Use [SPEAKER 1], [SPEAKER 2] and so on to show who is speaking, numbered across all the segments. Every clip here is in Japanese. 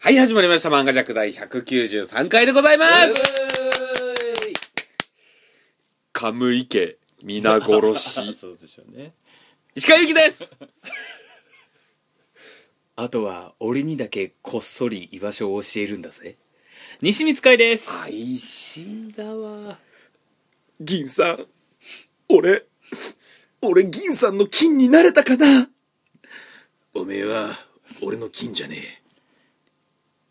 [SPEAKER 1] はい、始まりました。漫画ジャック第193回でございますカムイ家、皆殺
[SPEAKER 2] あ
[SPEAKER 1] し、
[SPEAKER 2] そうでしょうね
[SPEAKER 1] 石川祐希です
[SPEAKER 3] あとは俺にだけこっそり居場所を教えるんだぜ西光海です
[SPEAKER 1] 配信
[SPEAKER 3] だわ
[SPEAKER 1] 銀さん。俺、俺銀さんの金になれたかな
[SPEAKER 4] おめえは俺の金じゃねえ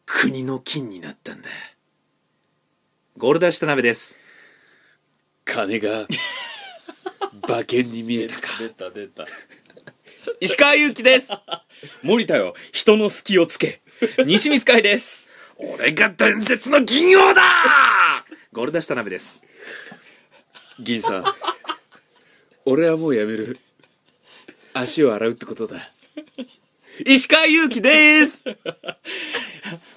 [SPEAKER 4] 国の金になったんだ
[SPEAKER 3] ゴールダッシュ田辺です
[SPEAKER 1] 金が、馬券に見えたか。
[SPEAKER 2] 出た出た
[SPEAKER 3] 石川祐希です森田よ人の隙をつけ西光海です
[SPEAKER 4] 俺が伝説の銀王だ
[SPEAKER 3] ゴールダッシュ田辺です
[SPEAKER 1] 銀さん。俺はもうやめる。足を洗うってことだ。石川祐希です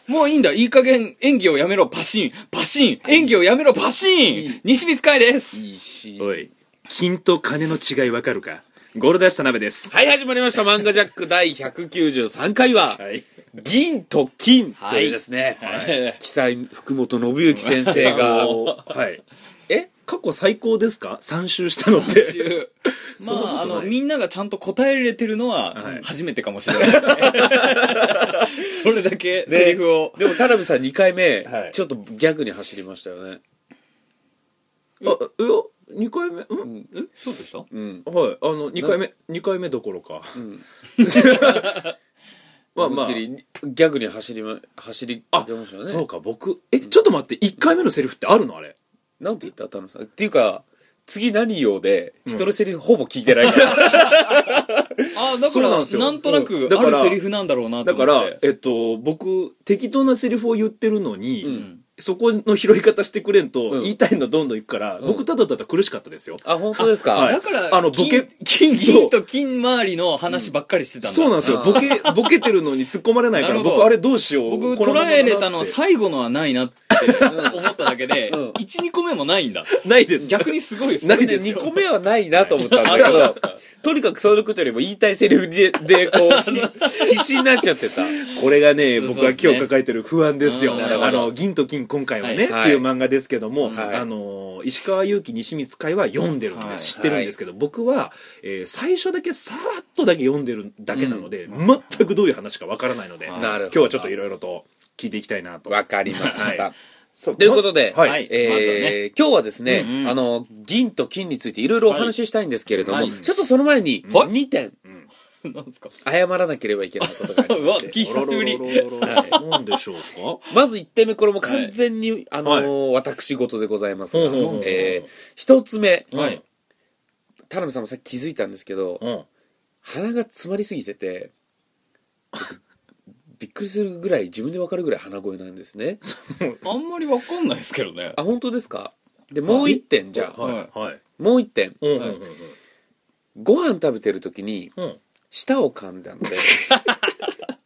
[SPEAKER 3] もういいんだいい加減演技をやめろパシンパシン演技をやめろパシン西光海です
[SPEAKER 1] いいし。
[SPEAKER 3] おい金と金の違いわかるかゴールダッシュ田辺です
[SPEAKER 1] はい、始まりました。漫画ジャック第193回は、
[SPEAKER 3] い
[SPEAKER 1] 銀と金と
[SPEAKER 3] は
[SPEAKER 1] いう
[SPEAKER 3] い
[SPEAKER 1] ですね、
[SPEAKER 2] い
[SPEAKER 1] 記載福本信之先生が、
[SPEAKER 3] はい
[SPEAKER 4] え過去最高ですか3周したの って
[SPEAKER 3] まあ、あの、みんながちゃんと答えれてるのは、初めてかもしれ ないですね。それだけ、セリフを。
[SPEAKER 1] でも田辺さん2回目、
[SPEAKER 2] はい
[SPEAKER 1] ちょっとギャグに走りましたよね。
[SPEAKER 4] あいや2回目うん、
[SPEAKER 2] そうでしょ
[SPEAKER 1] うん。
[SPEAKER 4] はいあの2回目二回目どころか、まあまあ
[SPEAKER 1] 思いっきりギャグに走りま、走り、
[SPEAKER 4] あ
[SPEAKER 1] 出ましたよね。
[SPEAKER 4] そうか僕えちょっと待って1回目のセリフってあるのあれ
[SPEAKER 1] なんて言った田辺さん。っていうか、次何用で、人のセリフほぼ聞いてないから。
[SPEAKER 3] ああ、だか
[SPEAKER 4] そうなん
[SPEAKER 3] ら、
[SPEAKER 4] ですよ
[SPEAKER 3] なんとなく
[SPEAKER 4] う、んだ
[SPEAKER 3] あ
[SPEAKER 4] か
[SPEAKER 3] る
[SPEAKER 4] ら
[SPEAKER 3] セリフなんだろうなと
[SPEAKER 4] だ
[SPEAKER 3] 思
[SPEAKER 4] か
[SPEAKER 3] って。
[SPEAKER 4] ら、えっと、僕適当なセリフを言ってるのに、
[SPEAKER 1] ん
[SPEAKER 4] そこの拾い方してくれんと、
[SPEAKER 1] うん
[SPEAKER 4] 言いたいのどんどんいくから、僕ただただ苦しかったですよ
[SPEAKER 1] あ、本当ですか、
[SPEAKER 4] はい
[SPEAKER 3] だから、
[SPEAKER 4] あのボケ
[SPEAKER 3] 金、金
[SPEAKER 4] そう
[SPEAKER 3] 銀と金周りの話ばっかりしてたんだ。
[SPEAKER 4] そうなんです
[SPEAKER 1] あ
[SPEAKER 4] よ
[SPEAKER 1] ー
[SPEAKER 4] ボケ ボケてるのに突っ込まれないか
[SPEAKER 3] な
[SPEAKER 4] ら
[SPEAKER 3] るほど
[SPEAKER 4] 僕あれどうしよう
[SPEAKER 3] 僕、
[SPEAKER 4] このま
[SPEAKER 3] 捉
[SPEAKER 4] まだな
[SPEAKER 3] えれたの
[SPEAKER 4] って
[SPEAKER 3] 最後のはないな って思っただけで、
[SPEAKER 1] うん
[SPEAKER 3] 1、2個目もないんだ。
[SPEAKER 4] ないです
[SPEAKER 3] 逆にすごいです
[SPEAKER 1] な
[SPEAKER 3] ね
[SPEAKER 1] ん。で2個目はないなと思ったんだけど、とにかくそのことよりも言いたいセリフで、でこう、ひ必死になっちゃってた。
[SPEAKER 4] これがね僕は
[SPEAKER 3] そうです
[SPEAKER 4] 今
[SPEAKER 3] ね
[SPEAKER 4] 日抱えてる不安ですよ
[SPEAKER 3] うん
[SPEAKER 4] 「
[SPEAKER 3] なるほ
[SPEAKER 1] ど
[SPEAKER 4] あの銀と金今回はね」
[SPEAKER 1] はい
[SPEAKER 4] っていう漫画ですけども、
[SPEAKER 1] はい
[SPEAKER 4] あの石川祐希西光海は読んでるんで、
[SPEAKER 3] はい
[SPEAKER 4] 知ってるんですけど、僕は、えー最初だけさらっとだけ読んでるだけなので、全くどういう話かわからないので、
[SPEAKER 3] はい
[SPEAKER 1] なるほど
[SPEAKER 4] 今日はちょっといろいろと聞いていきたいなと。
[SPEAKER 1] わかりました。
[SPEAKER 4] は
[SPEAKER 1] ということで、
[SPEAKER 4] はい
[SPEAKER 3] はい
[SPEAKER 1] えー
[SPEAKER 3] まずはね
[SPEAKER 1] 今日はですね、
[SPEAKER 3] うんうん
[SPEAKER 1] あの、銀と金についていろいろお話ししたいんですけれども、
[SPEAKER 3] はい
[SPEAKER 1] ちょっとその前に、2点、
[SPEAKER 3] なんですか
[SPEAKER 1] 謝らなければいけないことがあり
[SPEAKER 3] う
[SPEAKER 1] ま
[SPEAKER 3] わ、
[SPEAKER 1] して、
[SPEAKER 3] 久しぶり。
[SPEAKER 4] 何でしょうか
[SPEAKER 1] まず1点目、これも完全に、あのー私事でございますが、
[SPEAKER 4] ほうほうほうほう
[SPEAKER 1] え1つ目、
[SPEAKER 3] はい
[SPEAKER 1] 田辺さんもさっき気づいたんですけど、
[SPEAKER 4] うん。
[SPEAKER 1] 鼻が詰まりすぎてて、びっくりするぐらい、自分でわかるぐらい鼻声なんですね。
[SPEAKER 3] あんまりわかんないですけどね。
[SPEAKER 1] あ、本当ですかで、もう1点、じゃあ、
[SPEAKER 4] はい。はい。
[SPEAKER 1] もう1点。
[SPEAKER 4] うんうん
[SPEAKER 1] ご飯食べてる時に
[SPEAKER 4] うんうん。
[SPEAKER 1] 舌を噛んだので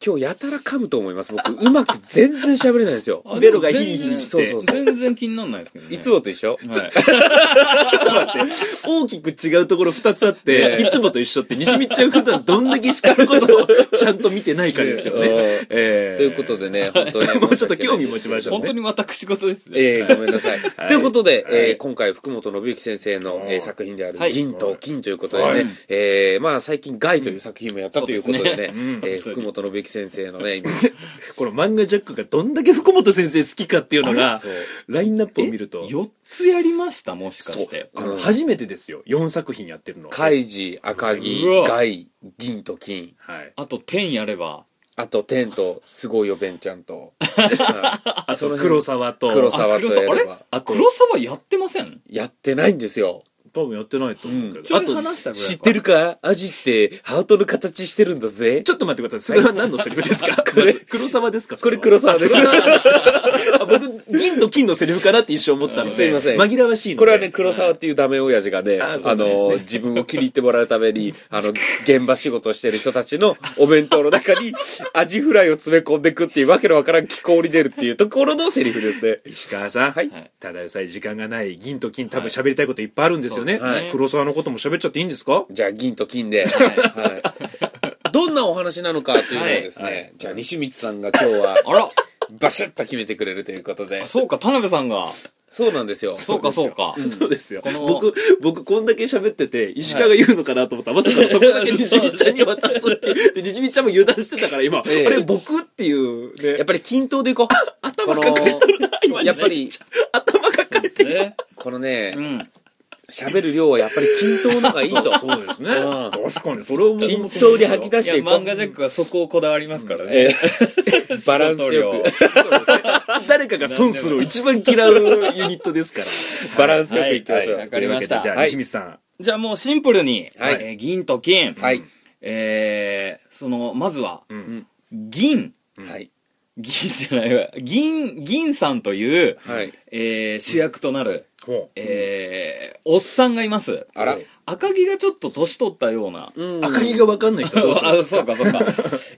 [SPEAKER 1] 今日やたら噛むと思います僕うまく全然喋れないんですよ
[SPEAKER 3] あ
[SPEAKER 4] ベロがヒリヒリして
[SPEAKER 1] そうそうそう
[SPEAKER 3] 全然気にならないですけどね。
[SPEAKER 1] いつもと一緒
[SPEAKER 3] はい
[SPEAKER 4] ちょっと待って。大きく違うところ2つあっ
[SPEAKER 1] ええ
[SPEAKER 4] て、いつもと一緒って、西光ちゃん普段どんだけ叱ることをちゃんと見てないかです よね。
[SPEAKER 1] えー
[SPEAKER 4] ええ
[SPEAKER 1] ということでね本当に申し訳な い
[SPEAKER 4] もうちょっと興味持ちましょう
[SPEAKER 3] 本当に
[SPEAKER 4] ね。
[SPEAKER 3] 私事ですね。
[SPEAKER 1] えーごめんなさい。 ということで、えー
[SPEAKER 4] はい
[SPEAKER 1] 今回、福本信之先生の、えー作品である
[SPEAKER 3] は、い
[SPEAKER 1] 銀と金ということでね、
[SPEAKER 4] はい
[SPEAKER 1] えーまあ、最近、ガイという作品もやったということでね、
[SPEAKER 3] そうで
[SPEAKER 1] えー
[SPEAKER 3] うん
[SPEAKER 1] 福本信之先生のね、今
[SPEAKER 4] この漫画ジャックがどんだけ福本先生好きかっていうのが
[SPEAKER 1] そう、
[SPEAKER 4] ラインナップを見ると、
[SPEAKER 3] 4つやりましたもしかして。
[SPEAKER 4] あの初めてですよ。4作品やってるの。
[SPEAKER 1] カイジ、赤木
[SPEAKER 3] う、わ
[SPEAKER 1] ガイ、銀と金、
[SPEAKER 4] はい。
[SPEAKER 3] あと天やれば。
[SPEAKER 1] あと、天と、すごいよ、ベンちゃんと、はい
[SPEAKER 4] あ
[SPEAKER 1] そ
[SPEAKER 4] と、
[SPEAKER 1] の辺
[SPEAKER 4] 黒沢と、
[SPEAKER 1] 黒
[SPEAKER 3] あ
[SPEAKER 1] 沢と
[SPEAKER 3] 黒沢
[SPEAKER 1] や
[SPEAKER 3] あ
[SPEAKER 1] れ
[SPEAKER 3] れ
[SPEAKER 1] ば。
[SPEAKER 4] あと
[SPEAKER 3] 黒沢やってません
[SPEAKER 1] やってないんですよ。
[SPEAKER 4] 多分やってないと思うけど。
[SPEAKER 3] ちょい話したぐらいか。
[SPEAKER 1] 知ってるかアジってハートの形してるんだぜ。
[SPEAKER 4] ちょっと待ってください。それは何のセリフですかこれ、黒沢ですか
[SPEAKER 1] これ黒沢です。
[SPEAKER 4] 沢。あ僕、銀と金のセリフかなって一瞬思ったので。
[SPEAKER 1] すいません
[SPEAKER 4] 紛らわしいので。
[SPEAKER 1] これはね、黒沢っていうダメ親父がね、あ
[SPEAKER 4] あそうなんですね
[SPEAKER 1] の、自分を気に入ってもらうために、あの、現場仕事をしてる人たちのお弁当の中に、アジフライを詰め込んでいくっていうわけのわからん気候に出るっていうところのセリフですね。
[SPEAKER 4] 石川さん、
[SPEAKER 1] はい
[SPEAKER 4] ただでさえ時間がない銀と金多分喋りたいこといっぱいあるんですよ
[SPEAKER 3] は
[SPEAKER 4] ね、
[SPEAKER 3] いはい
[SPEAKER 4] 黒沢のことも喋っちゃっていいんですか
[SPEAKER 1] じゃあ、銀と金で、はい。どんなお話なのかというのをですね、
[SPEAKER 4] はいはい
[SPEAKER 1] じゃあ、西光さんが今日は、
[SPEAKER 3] あら
[SPEAKER 1] バシッと決めてくれるということで
[SPEAKER 3] あ。そうか、田辺さんが。
[SPEAKER 1] そうなんですよ。
[SPEAKER 3] そうか、そうか。
[SPEAKER 4] そうですよ
[SPEAKER 3] この
[SPEAKER 4] 僕僕こんだけ喋ってて石川が言うのかなと思ったら、まさかそこだけ にじみちゃんに渡すっていうでにじみちゃんも油断してたから今、
[SPEAKER 1] ええ
[SPEAKER 4] あれ僕っていうね
[SPEAKER 1] やっぱり均等でいこう。
[SPEAKER 4] 頭抱えとるな今
[SPEAKER 1] やっぱり、
[SPEAKER 4] 頭抱えてる
[SPEAKER 3] ね。
[SPEAKER 1] このね
[SPEAKER 3] う、ん。
[SPEAKER 1] 喋る量はやっぱり均等の方がいいと。
[SPEAKER 4] そうですね
[SPEAKER 1] うん
[SPEAKER 4] 確かにそれを
[SPEAKER 1] 均等に吐き出
[SPEAKER 3] い
[SPEAKER 1] し
[SPEAKER 3] や、
[SPEAKER 1] ていこ
[SPEAKER 3] 漫
[SPEAKER 1] う。
[SPEAKER 3] 画ジャックはそこをこだわりますから
[SPEAKER 1] え
[SPEAKER 3] ね。
[SPEAKER 1] ーバランスよく。
[SPEAKER 4] 誰かが損するを一番嫌うユニットですから
[SPEAKER 1] バランスよくいきましょ
[SPEAKER 3] は
[SPEAKER 1] う
[SPEAKER 3] い。わかりました
[SPEAKER 4] というわけでじゃあ
[SPEAKER 1] は
[SPEAKER 4] 西
[SPEAKER 1] い
[SPEAKER 4] 光さん
[SPEAKER 3] じゃあもうシンプルに、
[SPEAKER 1] はい
[SPEAKER 3] えー銀と金。
[SPEAKER 1] はい。
[SPEAKER 3] えー、その、まずは、
[SPEAKER 4] ん
[SPEAKER 3] 銀、
[SPEAKER 1] はい。
[SPEAKER 3] 銀じゃないわ、銀、銀さんという、
[SPEAKER 1] はい。
[SPEAKER 3] えー主役となる、
[SPEAKER 4] ほ
[SPEAKER 3] えー、おっさんがいます。
[SPEAKER 1] あら。
[SPEAKER 3] 赤木がちょっと年取ったような。
[SPEAKER 1] うん
[SPEAKER 4] う赤木が分かんない人はど うする
[SPEAKER 3] あそうかそうか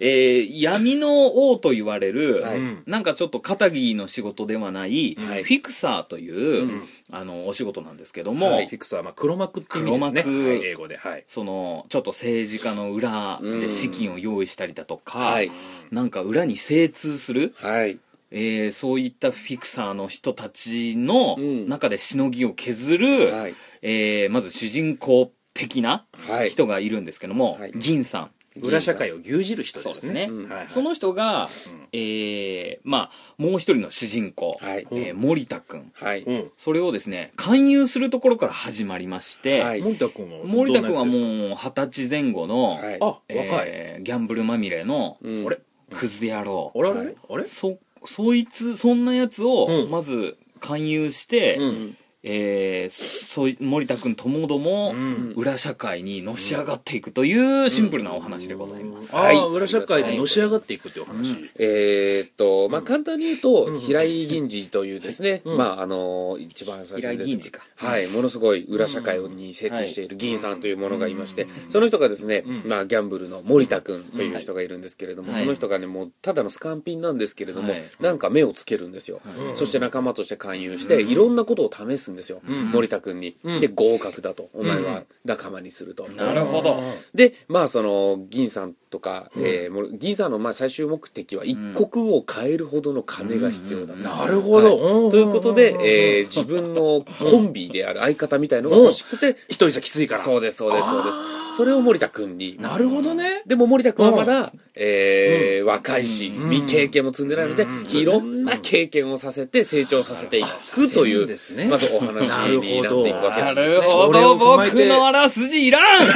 [SPEAKER 3] えー闇の王と言われる、
[SPEAKER 1] はい
[SPEAKER 4] うん
[SPEAKER 3] なんかちょっと肩着の仕事ではない、
[SPEAKER 1] はい
[SPEAKER 3] フィクサーという、
[SPEAKER 1] うん
[SPEAKER 3] あのお仕事なんですけども、
[SPEAKER 1] は
[SPEAKER 4] フィクサーまあ黒幕って意味ですね
[SPEAKER 3] 黒幕
[SPEAKER 4] はい英語ではい
[SPEAKER 3] そのちょっと政治家の裏で資金を用意したりだとか、
[SPEAKER 1] はい。
[SPEAKER 3] なんか裏に精通する、
[SPEAKER 1] はい。
[SPEAKER 3] えーそういったフィクサーの人たちの
[SPEAKER 1] うん
[SPEAKER 3] 中でしのぎを削る、
[SPEAKER 1] はい
[SPEAKER 3] えーまず主人公的な
[SPEAKER 1] はい。
[SPEAKER 3] 人がいるんですけども、
[SPEAKER 1] はい
[SPEAKER 3] 銀さん。
[SPEAKER 4] 裏社会を牛耳る人
[SPEAKER 3] そう
[SPEAKER 4] で
[SPEAKER 3] ですす
[SPEAKER 4] ね
[SPEAKER 3] ね、
[SPEAKER 1] うん
[SPEAKER 4] はいはい
[SPEAKER 3] その人が、えーまあもう一人の主人公、
[SPEAKER 1] はい
[SPEAKER 3] えー森田君
[SPEAKER 1] はい。
[SPEAKER 4] うん
[SPEAKER 3] それをですね勧誘するところから始まりまして、
[SPEAKER 1] はい
[SPEAKER 4] 森田君はどんな
[SPEAKER 3] 森田君は
[SPEAKER 4] やつです
[SPEAKER 3] もう二十歳前後の、
[SPEAKER 1] はい
[SPEAKER 4] かあ若い
[SPEAKER 3] えーギャンブルまみれの
[SPEAKER 1] うん
[SPEAKER 4] あれ
[SPEAKER 3] クズ野郎、
[SPEAKER 4] あれあ
[SPEAKER 1] は
[SPEAKER 4] れ
[SPEAKER 1] い
[SPEAKER 4] あれ
[SPEAKER 3] そそいつそんなやつを
[SPEAKER 4] うん
[SPEAKER 3] まず勧誘して、
[SPEAKER 4] うん
[SPEAKER 3] えーそい森田君ともども
[SPEAKER 4] うん
[SPEAKER 3] 裏社会にのし上がっていくというシンプルなお話でございます、
[SPEAKER 4] あ
[SPEAKER 1] はい
[SPEAKER 4] あ裏社会でのし上がっていくっていうお話
[SPEAKER 1] えーっと、まあ、簡単に言うと、
[SPEAKER 4] うん
[SPEAKER 1] 平井銀次というですね、
[SPEAKER 4] うん
[SPEAKER 1] まあ、あのー一番最初に
[SPEAKER 3] 平
[SPEAKER 1] 出てくる
[SPEAKER 3] 井銀次か
[SPEAKER 1] はい、ものすごい裏社会に精通している銀さんというものがいまして、その人がですね、
[SPEAKER 4] うん
[SPEAKER 1] まあ、ギャンブルの森田君という人がいるんですけれども、
[SPEAKER 3] はい
[SPEAKER 1] その人がね、もう、ただのスカンピンなんですけれども、
[SPEAKER 3] はい
[SPEAKER 1] なんか目をつけるんですよ。
[SPEAKER 4] うん
[SPEAKER 1] そして仲間として勧誘して、いろんなことを試すんですよ、
[SPEAKER 4] ん
[SPEAKER 1] 森田君に、
[SPEAKER 4] うん
[SPEAKER 1] で、合格だと。お前
[SPEAKER 4] う
[SPEAKER 1] は
[SPEAKER 4] ん
[SPEAKER 1] 仲間にすると。
[SPEAKER 3] なるほど
[SPEAKER 1] でまあその銀さんとか、えーもう銀さんのまあ最終目的は一国を変えるほどの金が必要だと、
[SPEAKER 4] なるほどうんうんうんうん
[SPEAKER 1] ということで、えー自分のコンビである相方みたいのが欲しくて、
[SPEAKER 4] 一人じゃきついから
[SPEAKER 1] そうですそうですそうですそれを森田君に
[SPEAKER 4] なるほどね
[SPEAKER 1] でも森田君はまだ、えー若いし、
[SPEAKER 4] うん
[SPEAKER 1] 未経験も積んでないので、
[SPEAKER 4] うん
[SPEAKER 1] いろんな経験をさせて成長させていくとい
[SPEAKER 4] あさせるん
[SPEAKER 1] う
[SPEAKER 4] ですね
[SPEAKER 1] まずお話になっていくわけ
[SPEAKER 3] なん
[SPEAKER 1] で
[SPEAKER 3] る
[SPEAKER 1] す
[SPEAKER 3] ほ
[SPEAKER 4] それ
[SPEAKER 3] ど、
[SPEAKER 4] を踏ま
[SPEAKER 3] 僕
[SPEAKER 4] えて
[SPEAKER 3] のあらすじいらん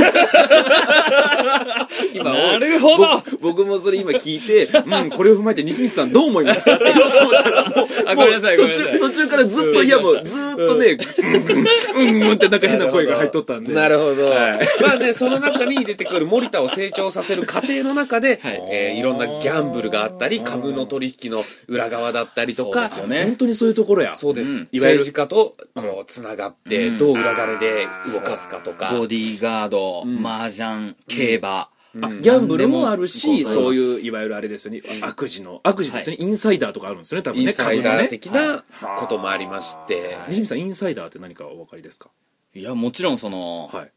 [SPEAKER 3] なるほど
[SPEAKER 4] 僕僕もそれ今聞いて、うん、これを踏まえて西光さんどう思いますかって言おうと思ったら、もう、
[SPEAKER 3] あごめんなさい
[SPEAKER 4] もう
[SPEAKER 3] ごめんなさい
[SPEAKER 4] 途中、途中からずっと、いやもう、ずーっとね、うん、うん、うん、うんってなんか変な声が入っとったんで。
[SPEAKER 1] なるほど。
[SPEAKER 4] はい
[SPEAKER 1] まあね、その中に出てくる森田を成長させる過程の中で、
[SPEAKER 3] はい
[SPEAKER 1] いえーいろんなギャンブルがあったり、株の取引の裏側だったりとか、
[SPEAKER 3] そうですよね
[SPEAKER 4] 本当にそういうところや。
[SPEAKER 1] そうです。
[SPEAKER 3] うん
[SPEAKER 1] いわゆる政治家と、こう、つながって、
[SPEAKER 3] うん
[SPEAKER 1] どう裏金で動かすかとか。
[SPEAKER 3] ボディーガード、麻雀、競馬。
[SPEAKER 4] あギャンブルもある
[SPEAKER 3] うん
[SPEAKER 4] し、そういう、いわゆるあれですよね、悪事の、悪事ですよね、インサイダーとかあるんですよね、多分
[SPEAKER 1] イ
[SPEAKER 4] ね、
[SPEAKER 1] ンサイダー的
[SPEAKER 4] 株のね。
[SPEAKER 1] なこともありまして。
[SPEAKER 4] 西光さん、インサイダーって何かお分かりですか
[SPEAKER 3] いや、もちろんその、
[SPEAKER 4] はい。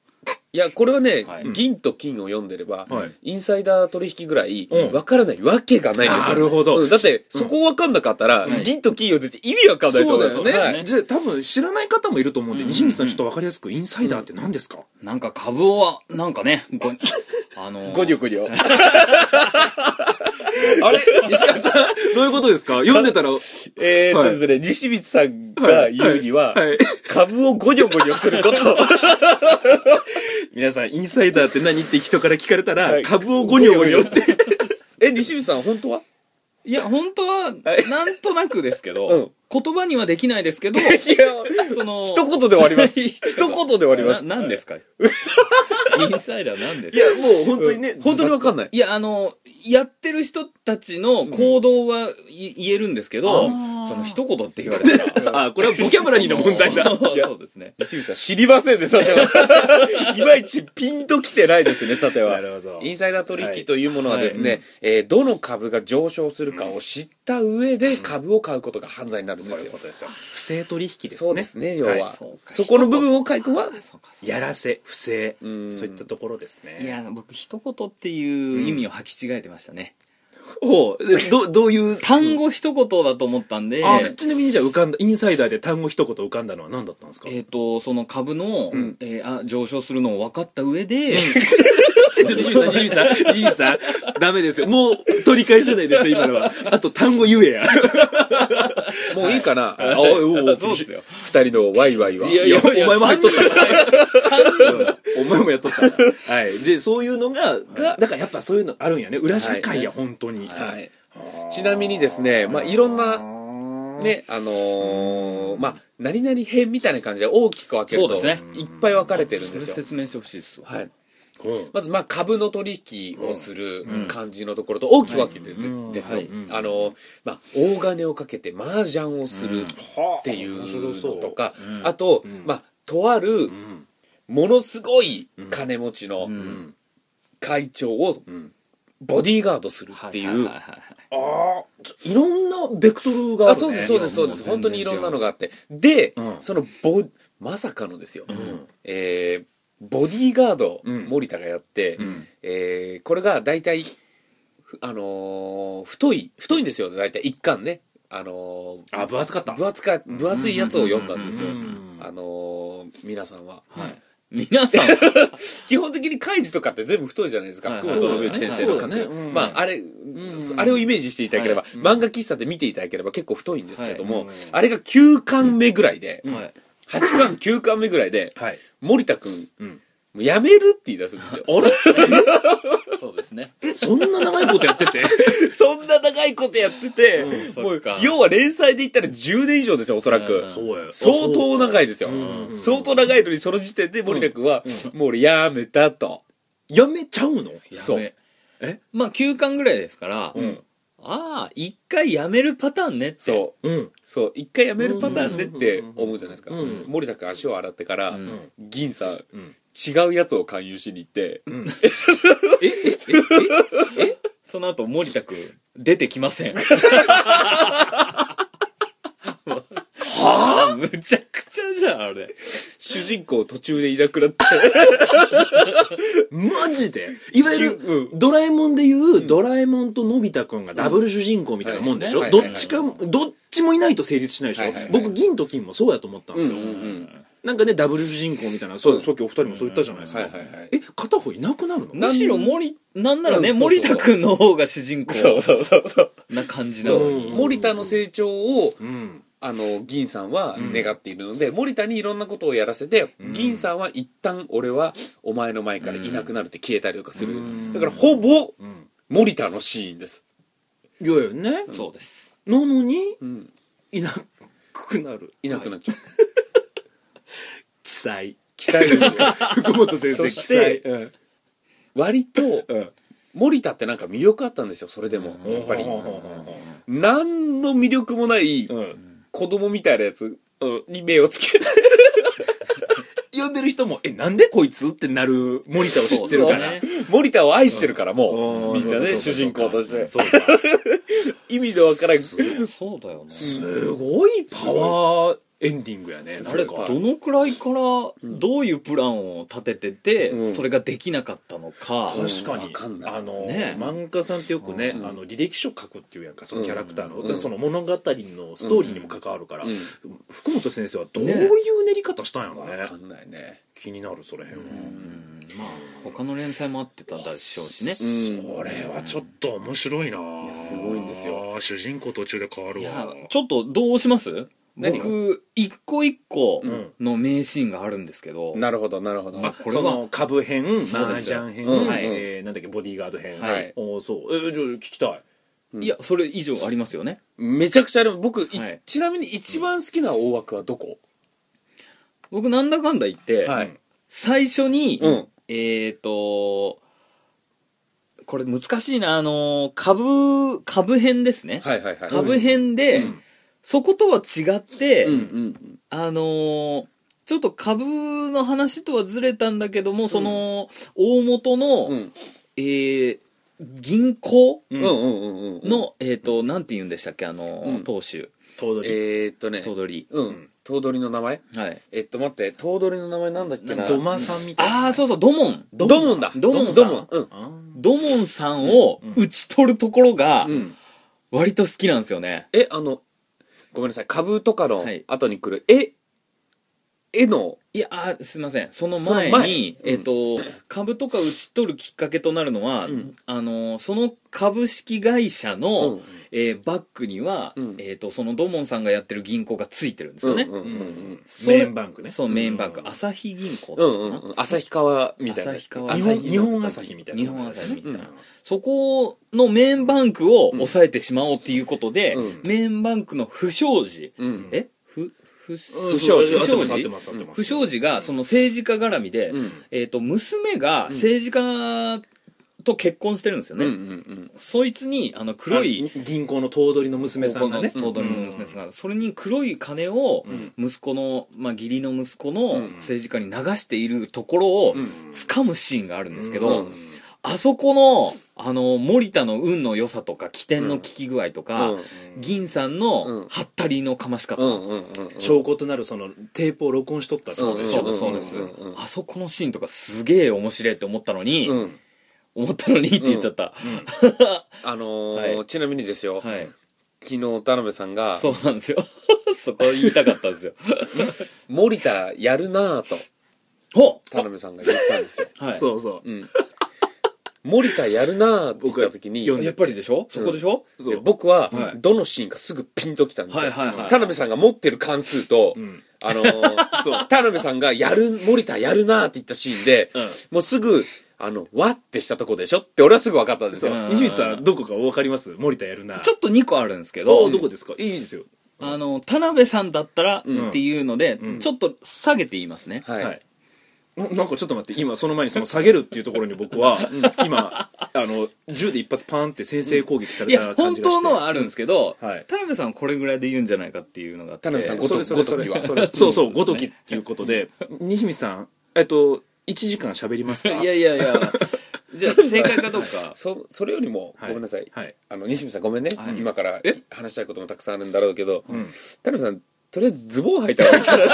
[SPEAKER 1] いや、これはね、
[SPEAKER 3] はい
[SPEAKER 1] 銀と金を読んでれば、
[SPEAKER 4] はい
[SPEAKER 1] インサイダー取引ぐらい
[SPEAKER 4] うん、
[SPEAKER 1] わからないわけがないんですよ。
[SPEAKER 4] なるほど
[SPEAKER 1] うんだって、そこわかんなかったら、
[SPEAKER 3] ん
[SPEAKER 1] 銀と金を出て意味わかんないと思
[SPEAKER 4] そ
[SPEAKER 1] うん
[SPEAKER 4] う
[SPEAKER 1] で
[SPEAKER 4] だ
[SPEAKER 1] す
[SPEAKER 4] よね。
[SPEAKER 1] よ
[SPEAKER 3] は
[SPEAKER 1] ね。はいい
[SPEAKER 4] じゃあ多分知らない方もいると思うんで、西光さんちょっと分かりやすく、インサイダーって何ですか
[SPEAKER 3] なんか株をは、なんかね、ご、あ の、
[SPEAKER 1] ごにょごに ょ。
[SPEAKER 4] あれ石川さん、どういうことですか 読んでたら、
[SPEAKER 1] えーっ
[SPEAKER 4] は
[SPEAKER 1] と
[SPEAKER 4] い
[SPEAKER 1] ですね、西光さんが言うには、
[SPEAKER 4] はい。
[SPEAKER 1] 株をゴニョゴニョすること。
[SPEAKER 4] 皆さん、インサイダーって何って人から聞かれたら、
[SPEAKER 1] はい
[SPEAKER 4] 株をゴニョゴニョって。
[SPEAKER 1] え、西光さん本当はい
[SPEAKER 3] や、本当は、なんとなくですけど、言葉にはできないですけど、
[SPEAKER 1] いや、
[SPEAKER 3] その、
[SPEAKER 1] 一言で終わ ります。一言で終わります。
[SPEAKER 3] な何 ですかインサイダー何ですか
[SPEAKER 4] いや、もう本当にね、
[SPEAKER 1] 本当にわかんない。
[SPEAKER 3] いや、あの、やってる人たちの行動はい、言えるんですけど、その一言って言われたら。
[SPEAKER 4] あ、こ れはボキャブラリーの問題だ。
[SPEAKER 3] そうそうですね。
[SPEAKER 1] 西光さん知りませんね、さては。いまいちピンときてないですね、さては。
[SPEAKER 4] なるほど
[SPEAKER 1] インサイダー取引というものはですね、えーどの株が上昇するかを知った上で株を買うことが犯罪になるんですよ。
[SPEAKER 4] よ。 不正取引ですね。
[SPEAKER 1] そうですね、要は。
[SPEAKER 4] はい
[SPEAKER 3] そうか
[SPEAKER 1] そこの部分を書いては、
[SPEAKER 4] やらせ、不正、
[SPEAKER 1] ん
[SPEAKER 4] そういったところですね。
[SPEAKER 3] いや、僕、一言っていう意味を履き違えてましたね。
[SPEAKER 4] ほう。でど、どういう。
[SPEAKER 3] 単語一言だと思ったんで、
[SPEAKER 4] あ、ちなみにじゃあ浮かんだ、インサイダーで単語一言浮かんだのは何だったんですか
[SPEAKER 3] えっ、と、その株の、
[SPEAKER 4] ん
[SPEAKER 3] えーあ、上昇するのを分かった上で、
[SPEAKER 4] ちょっと、西見さん、西見さん、西見さん、ダメですよ。もう取り返せないですよ、今のは。あと単語言えや。
[SPEAKER 1] もういいかなあおいおいおい
[SPEAKER 3] そうですよ
[SPEAKER 1] 二人のワイワイは。
[SPEAKER 4] いや、お前もやっとったか
[SPEAKER 3] 3
[SPEAKER 4] ら。
[SPEAKER 3] 人
[SPEAKER 4] お前もやっとったから。はい。で、そういうのが、が、だからやっぱそういうのあるんやね。裏社会や、本当に。
[SPEAKER 1] は
[SPEAKER 4] はい。
[SPEAKER 1] い、ちなみにですね、まあ、いろんな、ね、あのーまあ、何々編みたいな感じで大きく分けると、
[SPEAKER 3] そうですね
[SPEAKER 1] いっぱい分かれてるん
[SPEAKER 3] そ
[SPEAKER 1] で
[SPEAKER 3] れ
[SPEAKER 1] すよ。
[SPEAKER 3] 説明してほしいですわ。
[SPEAKER 1] はい。
[SPEAKER 4] うん
[SPEAKER 1] まず、まあ、株の取引をする
[SPEAKER 3] ん
[SPEAKER 1] 感じのところと大きく分けて
[SPEAKER 4] う
[SPEAKER 1] る
[SPEAKER 4] ん
[SPEAKER 1] んですよ。
[SPEAKER 3] はい
[SPEAKER 4] うん
[SPEAKER 1] あのーまあ、大金をかけて麻雀をするっていうのとか、
[SPEAKER 3] うん
[SPEAKER 1] あと、
[SPEAKER 4] ん
[SPEAKER 1] まあ、とある
[SPEAKER 4] う、ん。
[SPEAKER 1] ものすごい金持ちの
[SPEAKER 4] うん。
[SPEAKER 1] 会長を
[SPEAKER 4] うん。
[SPEAKER 1] ボディーガードするっていう
[SPEAKER 3] は、いはいはいはい
[SPEAKER 4] ああ、ちょいろんなベクトルがある、ね。
[SPEAKER 1] あそうですそうですそうです
[SPEAKER 3] もう全然
[SPEAKER 1] 本当にいろんなのがあってで、
[SPEAKER 4] うん
[SPEAKER 1] そのボまさかのですよ、
[SPEAKER 4] ん
[SPEAKER 1] えーボディーガード、
[SPEAKER 4] うん
[SPEAKER 1] 森田がやって、
[SPEAKER 4] うん
[SPEAKER 1] えーこれが大体ふあのー太い太いんですよ大体一巻ねあのー
[SPEAKER 4] あ、分厚かった。
[SPEAKER 1] 分厚か分厚いやつを読んだんですよ、
[SPEAKER 4] うんうんうんうん
[SPEAKER 1] あのー皆さんは、
[SPEAKER 3] はい皆さんは、
[SPEAKER 1] 基本的に開示とかって全部太いじゃないですか、
[SPEAKER 3] はい
[SPEAKER 1] 福本信之先生の
[SPEAKER 4] そ
[SPEAKER 1] 書く、
[SPEAKER 4] うだねうん
[SPEAKER 1] まああれ、
[SPEAKER 4] ん
[SPEAKER 1] あれをイメージしていただければ、
[SPEAKER 3] は
[SPEAKER 1] 漫画喫茶で見ていただければ結構太いんですけども、
[SPEAKER 4] はい
[SPEAKER 1] あれが9巻目ぐらいで、
[SPEAKER 3] はい
[SPEAKER 1] 8巻9巻目ぐらいで、
[SPEAKER 4] はい。
[SPEAKER 1] 森田くん、
[SPEAKER 4] うん。
[SPEAKER 1] もうやめるって言い出すん ですよ。
[SPEAKER 3] そうですね。
[SPEAKER 4] え、そんな長いことやってて
[SPEAKER 1] そんな長いことやってて、
[SPEAKER 3] うん
[SPEAKER 1] も
[SPEAKER 3] そっ
[SPEAKER 1] う
[SPEAKER 3] か、
[SPEAKER 1] 要は連載で言ったら10年以上ですよ、おそらく。
[SPEAKER 3] うん
[SPEAKER 4] そうや。
[SPEAKER 1] 相当
[SPEAKER 4] な。
[SPEAKER 1] 長いですよ。
[SPEAKER 4] うん
[SPEAKER 1] 相当長いのに、その時点で森田くんは、もう俺やめたと。
[SPEAKER 4] やめちゃうの
[SPEAKER 1] そう
[SPEAKER 3] やべ
[SPEAKER 4] え
[SPEAKER 3] まあ9巻ぐらいですから、
[SPEAKER 1] ん
[SPEAKER 3] ああ、一回やめるパターンねって。
[SPEAKER 1] そう。
[SPEAKER 4] うん。
[SPEAKER 1] そう一回やめるパターンでって思うじゃないですか、
[SPEAKER 4] うん
[SPEAKER 1] 森田君足を洗ってから、
[SPEAKER 3] うん
[SPEAKER 1] 銀さん
[SPEAKER 4] うん。
[SPEAKER 1] 違うやつを勧誘しに行って、
[SPEAKER 4] うん。
[SPEAKER 3] え、え、え、え、えその後森田くん、出てきません。はあむちゃくちゃじゃん、あれ。
[SPEAKER 1] 主人公途中でいなくなって
[SPEAKER 4] マジでいわゆる、
[SPEAKER 1] う
[SPEAKER 4] ドラえもんでいう、ドラえもんとのび太くんがダブル主人公みたいなもんでしょ、
[SPEAKER 1] うんはい
[SPEAKER 4] どっちか、どっちもいないと成立しないでしょ、
[SPEAKER 1] はいはいはい
[SPEAKER 4] 僕、銀と金もそうやと思ったんですよ。
[SPEAKER 1] うんうんうん
[SPEAKER 4] なんかね、ダブル主人公みたいな、そうさっきお二人もそう言ったじゃないですか。
[SPEAKER 1] はいはいはい
[SPEAKER 4] え、片方いなくなるの
[SPEAKER 1] な
[SPEAKER 3] むしろ森、なんならね、
[SPEAKER 1] うんそうそう
[SPEAKER 3] 森
[SPEAKER 1] そう
[SPEAKER 3] 田くんの方が主人公
[SPEAKER 1] そうそうそうそう
[SPEAKER 3] な感じな
[SPEAKER 1] そ
[SPEAKER 3] の
[SPEAKER 1] う
[SPEAKER 3] に。
[SPEAKER 1] 森田の成長を
[SPEAKER 4] うん。
[SPEAKER 1] あの銀さんは願っているので、森田にいろんなことをやらせて、銀さんは一旦俺はお前の前からいなくなるって消えたりとかする、
[SPEAKER 4] うん
[SPEAKER 1] だからほぼ
[SPEAKER 4] うん。
[SPEAKER 1] 森田のシーンです、
[SPEAKER 4] いやいやね。
[SPEAKER 3] そうです。
[SPEAKER 4] なのに、
[SPEAKER 1] うん、
[SPEAKER 4] いなくなる。
[SPEAKER 1] いなくなっちゃう、
[SPEAKER 4] 記載。
[SPEAKER 1] 記載ですよ
[SPEAKER 4] 福本先生、
[SPEAKER 1] そ
[SPEAKER 4] 記
[SPEAKER 1] して
[SPEAKER 4] 載。うん。
[SPEAKER 1] 割と
[SPEAKER 4] うん。
[SPEAKER 1] 森田ってなんか魅力あったんですよそれでもやっぱり何の魅力もない
[SPEAKER 4] うん。
[SPEAKER 1] 子供みたいなやつ
[SPEAKER 4] うん。
[SPEAKER 1] に目をつけて
[SPEAKER 4] 呼んでる人も、え、なんでこいつってなる森田を知ってるから。
[SPEAKER 3] そうね
[SPEAKER 1] 森田を愛してるから
[SPEAKER 4] う
[SPEAKER 1] もうんみんな
[SPEAKER 4] そ
[SPEAKER 1] ね
[SPEAKER 4] うそ
[SPEAKER 1] 主
[SPEAKER 4] う
[SPEAKER 1] 人公として
[SPEAKER 4] そうか。
[SPEAKER 1] 意味のわからん
[SPEAKER 3] そうだよね。
[SPEAKER 4] すごいパワーエンディングやね。
[SPEAKER 3] あれ
[SPEAKER 1] そうか
[SPEAKER 3] どのくらいからどういうプランを立ててて、
[SPEAKER 1] うん
[SPEAKER 3] それができなかったのか、
[SPEAKER 4] 確か
[SPEAKER 1] わ
[SPEAKER 4] に、
[SPEAKER 1] かんない
[SPEAKER 4] あの、
[SPEAKER 3] ね
[SPEAKER 4] 漫画家さんってよくね、
[SPEAKER 1] うん
[SPEAKER 4] あの履歴書書くっていうやんかそのキャラクターの、
[SPEAKER 1] うんうん
[SPEAKER 4] その物語のストーリーにも関わるから、
[SPEAKER 1] うん
[SPEAKER 4] 福本先生はどういう練り方したんやろね
[SPEAKER 1] わかんないね
[SPEAKER 4] 気になるそれ辺は、
[SPEAKER 3] うんまあ他の連載もあってたでしょうしね、
[SPEAKER 1] うん
[SPEAKER 4] これはちょっと面白いない
[SPEAKER 1] やすごいんですよ
[SPEAKER 4] あー主人公途中で変わる
[SPEAKER 3] いや
[SPEAKER 4] わ
[SPEAKER 3] ちょっとどうします
[SPEAKER 1] 何が
[SPEAKER 3] 僕一個一個
[SPEAKER 4] ん
[SPEAKER 3] の名シーンがあるんですけど、
[SPEAKER 1] なるほどなるほど
[SPEAKER 4] あ
[SPEAKER 3] これ
[SPEAKER 4] そ
[SPEAKER 3] は
[SPEAKER 4] の株編
[SPEAKER 3] そう
[SPEAKER 4] 麻
[SPEAKER 3] ですよ
[SPEAKER 4] 雀編、
[SPEAKER 1] うん
[SPEAKER 4] はい
[SPEAKER 1] うん
[SPEAKER 4] えーなんだっけボディーガード編、
[SPEAKER 1] はい
[SPEAKER 4] おーそうえーじゃあ聞きたい
[SPEAKER 3] いやそれ以上ありますよね
[SPEAKER 1] めちゃくちゃあれ僕い
[SPEAKER 3] はい
[SPEAKER 1] ちなみに一番好きな大枠はどこ
[SPEAKER 3] 僕なんだかんだ言って、
[SPEAKER 1] はい
[SPEAKER 3] 最初に、
[SPEAKER 1] うん
[SPEAKER 3] えっ、とこれ難しいなあの株株編ですね、
[SPEAKER 1] はいはいはい
[SPEAKER 3] 株編で、
[SPEAKER 4] うん
[SPEAKER 3] そことは違って、
[SPEAKER 1] うんうん
[SPEAKER 3] あのーちょっと株の話とはずれたんだけども、その、大元の、
[SPEAKER 1] うん
[SPEAKER 3] えー銀行
[SPEAKER 1] う
[SPEAKER 4] うんん
[SPEAKER 1] うんうんうんうん
[SPEAKER 3] の、えっ、と、なんて言うんでしたっけ、あのー
[SPEAKER 1] うん
[SPEAKER 3] 当主、
[SPEAKER 4] 頭取
[SPEAKER 1] えーっとね
[SPEAKER 3] 頭取。
[SPEAKER 1] うん頭取の名前
[SPEAKER 3] はい。
[SPEAKER 1] えっと待って、頭取の名前なんだっけな。
[SPEAKER 3] ド
[SPEAKER 1] マさんみい。
[SPEAKER 3] ああ、そうそう、ドモン。
[SPEAKER 1] ドモンだ。
[SPEAKER 3] ドモン
[SPEAKER 1] ドモン。うん。
[SPEAKER 3] ドモンさんを打ち取るところが
[SPEAKER 1] う、ん。
[SPEAKER 3] 割と好きなんですよね。
[SPEAKER 1] え、あの、ごめんなさい、株とかの
[SPEAKER 3] はい
[SPEAKER 1] 後に来る、え、絵の、
[SPEAKER 3] いや、あーすいません。その
[SPEAKER 1] その
[SPEAKER 3] 前
[SPEAKER 1] 前
[SPEAKER 3] に、えっ、と、株とか打ち取るきっかけとなるのは、
[SPEAKER 1] うん
[SPEAKER 3] あのー、その株式会社の、
[SPEAKER 1] うん
[SPEAKER 3] えーバックには、
[SPEAKER 1] うん
[SPEAKER 3] えっ、と、そのドモンさんがやってる銀行がついてるんですよね。
[SPEAKER 1] うんうんうんうん
[SPEAKER 3] それ
[SPEAKER 4] メインバンクね
[SPEAKER 3] そう、メインバンク。
[SPEAKER 4] うん
[SPEAKER 3] 朝日銀行
[SPEAKER 1] う
[SPEAKER 3] だっ
[SPEAKER 1] ん
[SPEAKER 3] たかな
[SPEAKER 1] うんうん旭川みたいな
[SPEAKER 3] 旭川
[SPEAKER 4] 日
[SPEAKER 1] 朝
[SPEAKER 4] 本
[SPEAKER 1] 日
[SPEAKER 4] 日本朝日みたいな
[SPEAKER 3] 日本朝日みたいな、
[SPEAKER 1] うん
[SPEAKER 3] そこのメインバンクを抑えてしまおうっていうことで、
[SPEAKER 1] うん
[SPEAKER 3] メインバンクの不祥事、
[SPEAKER 1] うん
[SPEAKER 3] えふ不
[SPEAKER 4] う
[SPEAKER 3] 不
[SPEAKER 4] んそう
[SPEAKER 3] 祥事
[SPEAKER 4] 合
[SPEAKER 3] 不祥
[SPEAKER 4] ってます合って
[SPEAKER 3] 事
[SPEAKER 4] ます合ってます
[SPEAKER 3] 不祥事がその政治家絡みで、
[SPEAKER 1] うん
[SPEAKER 3] えー、と娘が政治家と結婚してるんですよ
[SPEAKER 1] うんう
[SPEAKER 3] ね、
[SPEAKER 1] んうん
[SPEAKER 3] そいつにあの黒い
[SPEAKER 4] あ銀行の頭取の娘さんがね
[SPEAKER 3] 高校の頭取の娘さんが、それに黒い金を息子の、まあ、義理の息子の
[SPEAKER 1] うん
[SPEAKER 3] 政治家に流しているところを
[SPEAKER 1] うん
[SPEAKER 3] 掴むシーンがあるんですけ
[SPEAKER 1] う
[SPEAKER 3] ど、
[SPEAKER 1] ん
[SPEAKER 3] あそこのあの森田の運の良さとか起点の効き具合とか、
[SPEAKER 1] うん
[SPEAKER 3] 銀さん
[SPEAKER 1] うん
[SPEAKER 3] のハったりのかまし方、
[SPEAKER 1] うんうんうんうん
[SPEAKER 4] 証拠となるそのテープを録音しとった
[SPEAKER 1] そうです
[SPEAKER 3] そうですそうです、
[SPEAKER 1] うんうんうん
[SPEAKER 3] あそこのシーンとかすげえ面白いって思ったのに、
[SPEAKER 1] うん
[SPEAKER 3] 思ったのにって言っちゃった、
[SPEAKER 1] あのー
[SPEAKER 3] は
[SPEAKER 1] ちなみにですよ、
[SPEAKER 3] はい
[SPEAKER 1] 昨日田辺さんが
[SPEAKER 3] そうなんですよ そこ言いたかったんですよ
[SPEAKER 1] 「森田やるな」と
[SPEAKER 3] ほ
[SPEAKER 1] 田辺さんが言ったんですよ、
[SPEAKER 3] っ、はい、
[SPEAKER 5] そうそう
[SPEAKER 1] うん、森田やるな」って言った時
[SPEAKER 4] 僕
[SPEAKER 1] に
[SPEAKER 4] は読ん
[SPEAKER 3] やっぱりでしょそこでしょ、
[SPEAKER 1] で僕は
[SPEAKER 3] はい
[SPEAKER 1] どのシーンかすぐピンときたんですよ、
[SPEAKER 3] はいはいはい
[SPEAKER 1] 田辺さんが持ってる関数と、
[SPEAKER 4] ん
[SPEAKER 1] あの ー田辺さんがやる森田やるなーって言ったシーンで、もうすぐあのわってしたとこでしょって俺はすぐ分かったんですよ、
[SPEAKER 3] うん
[SPEAKER 4] 西光さんどこか分かります森田やるな
[SPEAKER 3] ちょっと2個あるんですけ
[SPEAKER 4] ど
[SPEAKER 3] ど
[SPEAKER 4] うどこですかいいですよ
[SPEAKER 3] あの田辺さんだったら
[SPEAKER 1] うん
[SPEAKER 3] っていうので、
[SPEAKER 4] うん
[SPEAKER 3] ちょっと下げて言いますね、
[SPEAKER 1] はい、
[SPEAKER 4] はいおなんかちょっと待って今その前にその下げるっていうところに僕は今あの銃で一発パーンって先制攻撃さ
[SPEAKER 3] い
[SPEAKER 4] れ
[SPEAKER 3] や
[SPEAKER 4] た感
[SPEAKER 3] 本
[SPEAKER 4] じがし
[SPEAKER 3] 当
[SPEAKER 4] て
[SPEAKER 3] のはあるんですけど、
[SPEAKER 4] うんはい
[SPEAKER 3] 田辺さんはこれぐらいで言うんじゃないかっていうのがあって
[SPEAKER 1] 田辺さん
[SPEAKER 4] それそれそれそれ そうそうごときっていうことで西光さんえっと1時間喋りますか
[SPEAKER 3] いやいやいやじゃあ正解かどうか
[SPEAKER 1] そそれよりも、
[SPEAKER 4] はい
[SPEAKER 1] ごめんなさい、
[SPEAKER 4] はい
[SPEAKER 1] あの西見さんごめんね、
[SPEAKER 3] はい
[SPEAKER 1] 今から
[SPEAKER 3] え
[SPEAKER 1] 話したいこともたくさんあるんだろうけど、
[SPEAKER 4] ん
[SPEAKER 1] 田辺さんとりあえずズボン履いたらいいじゃない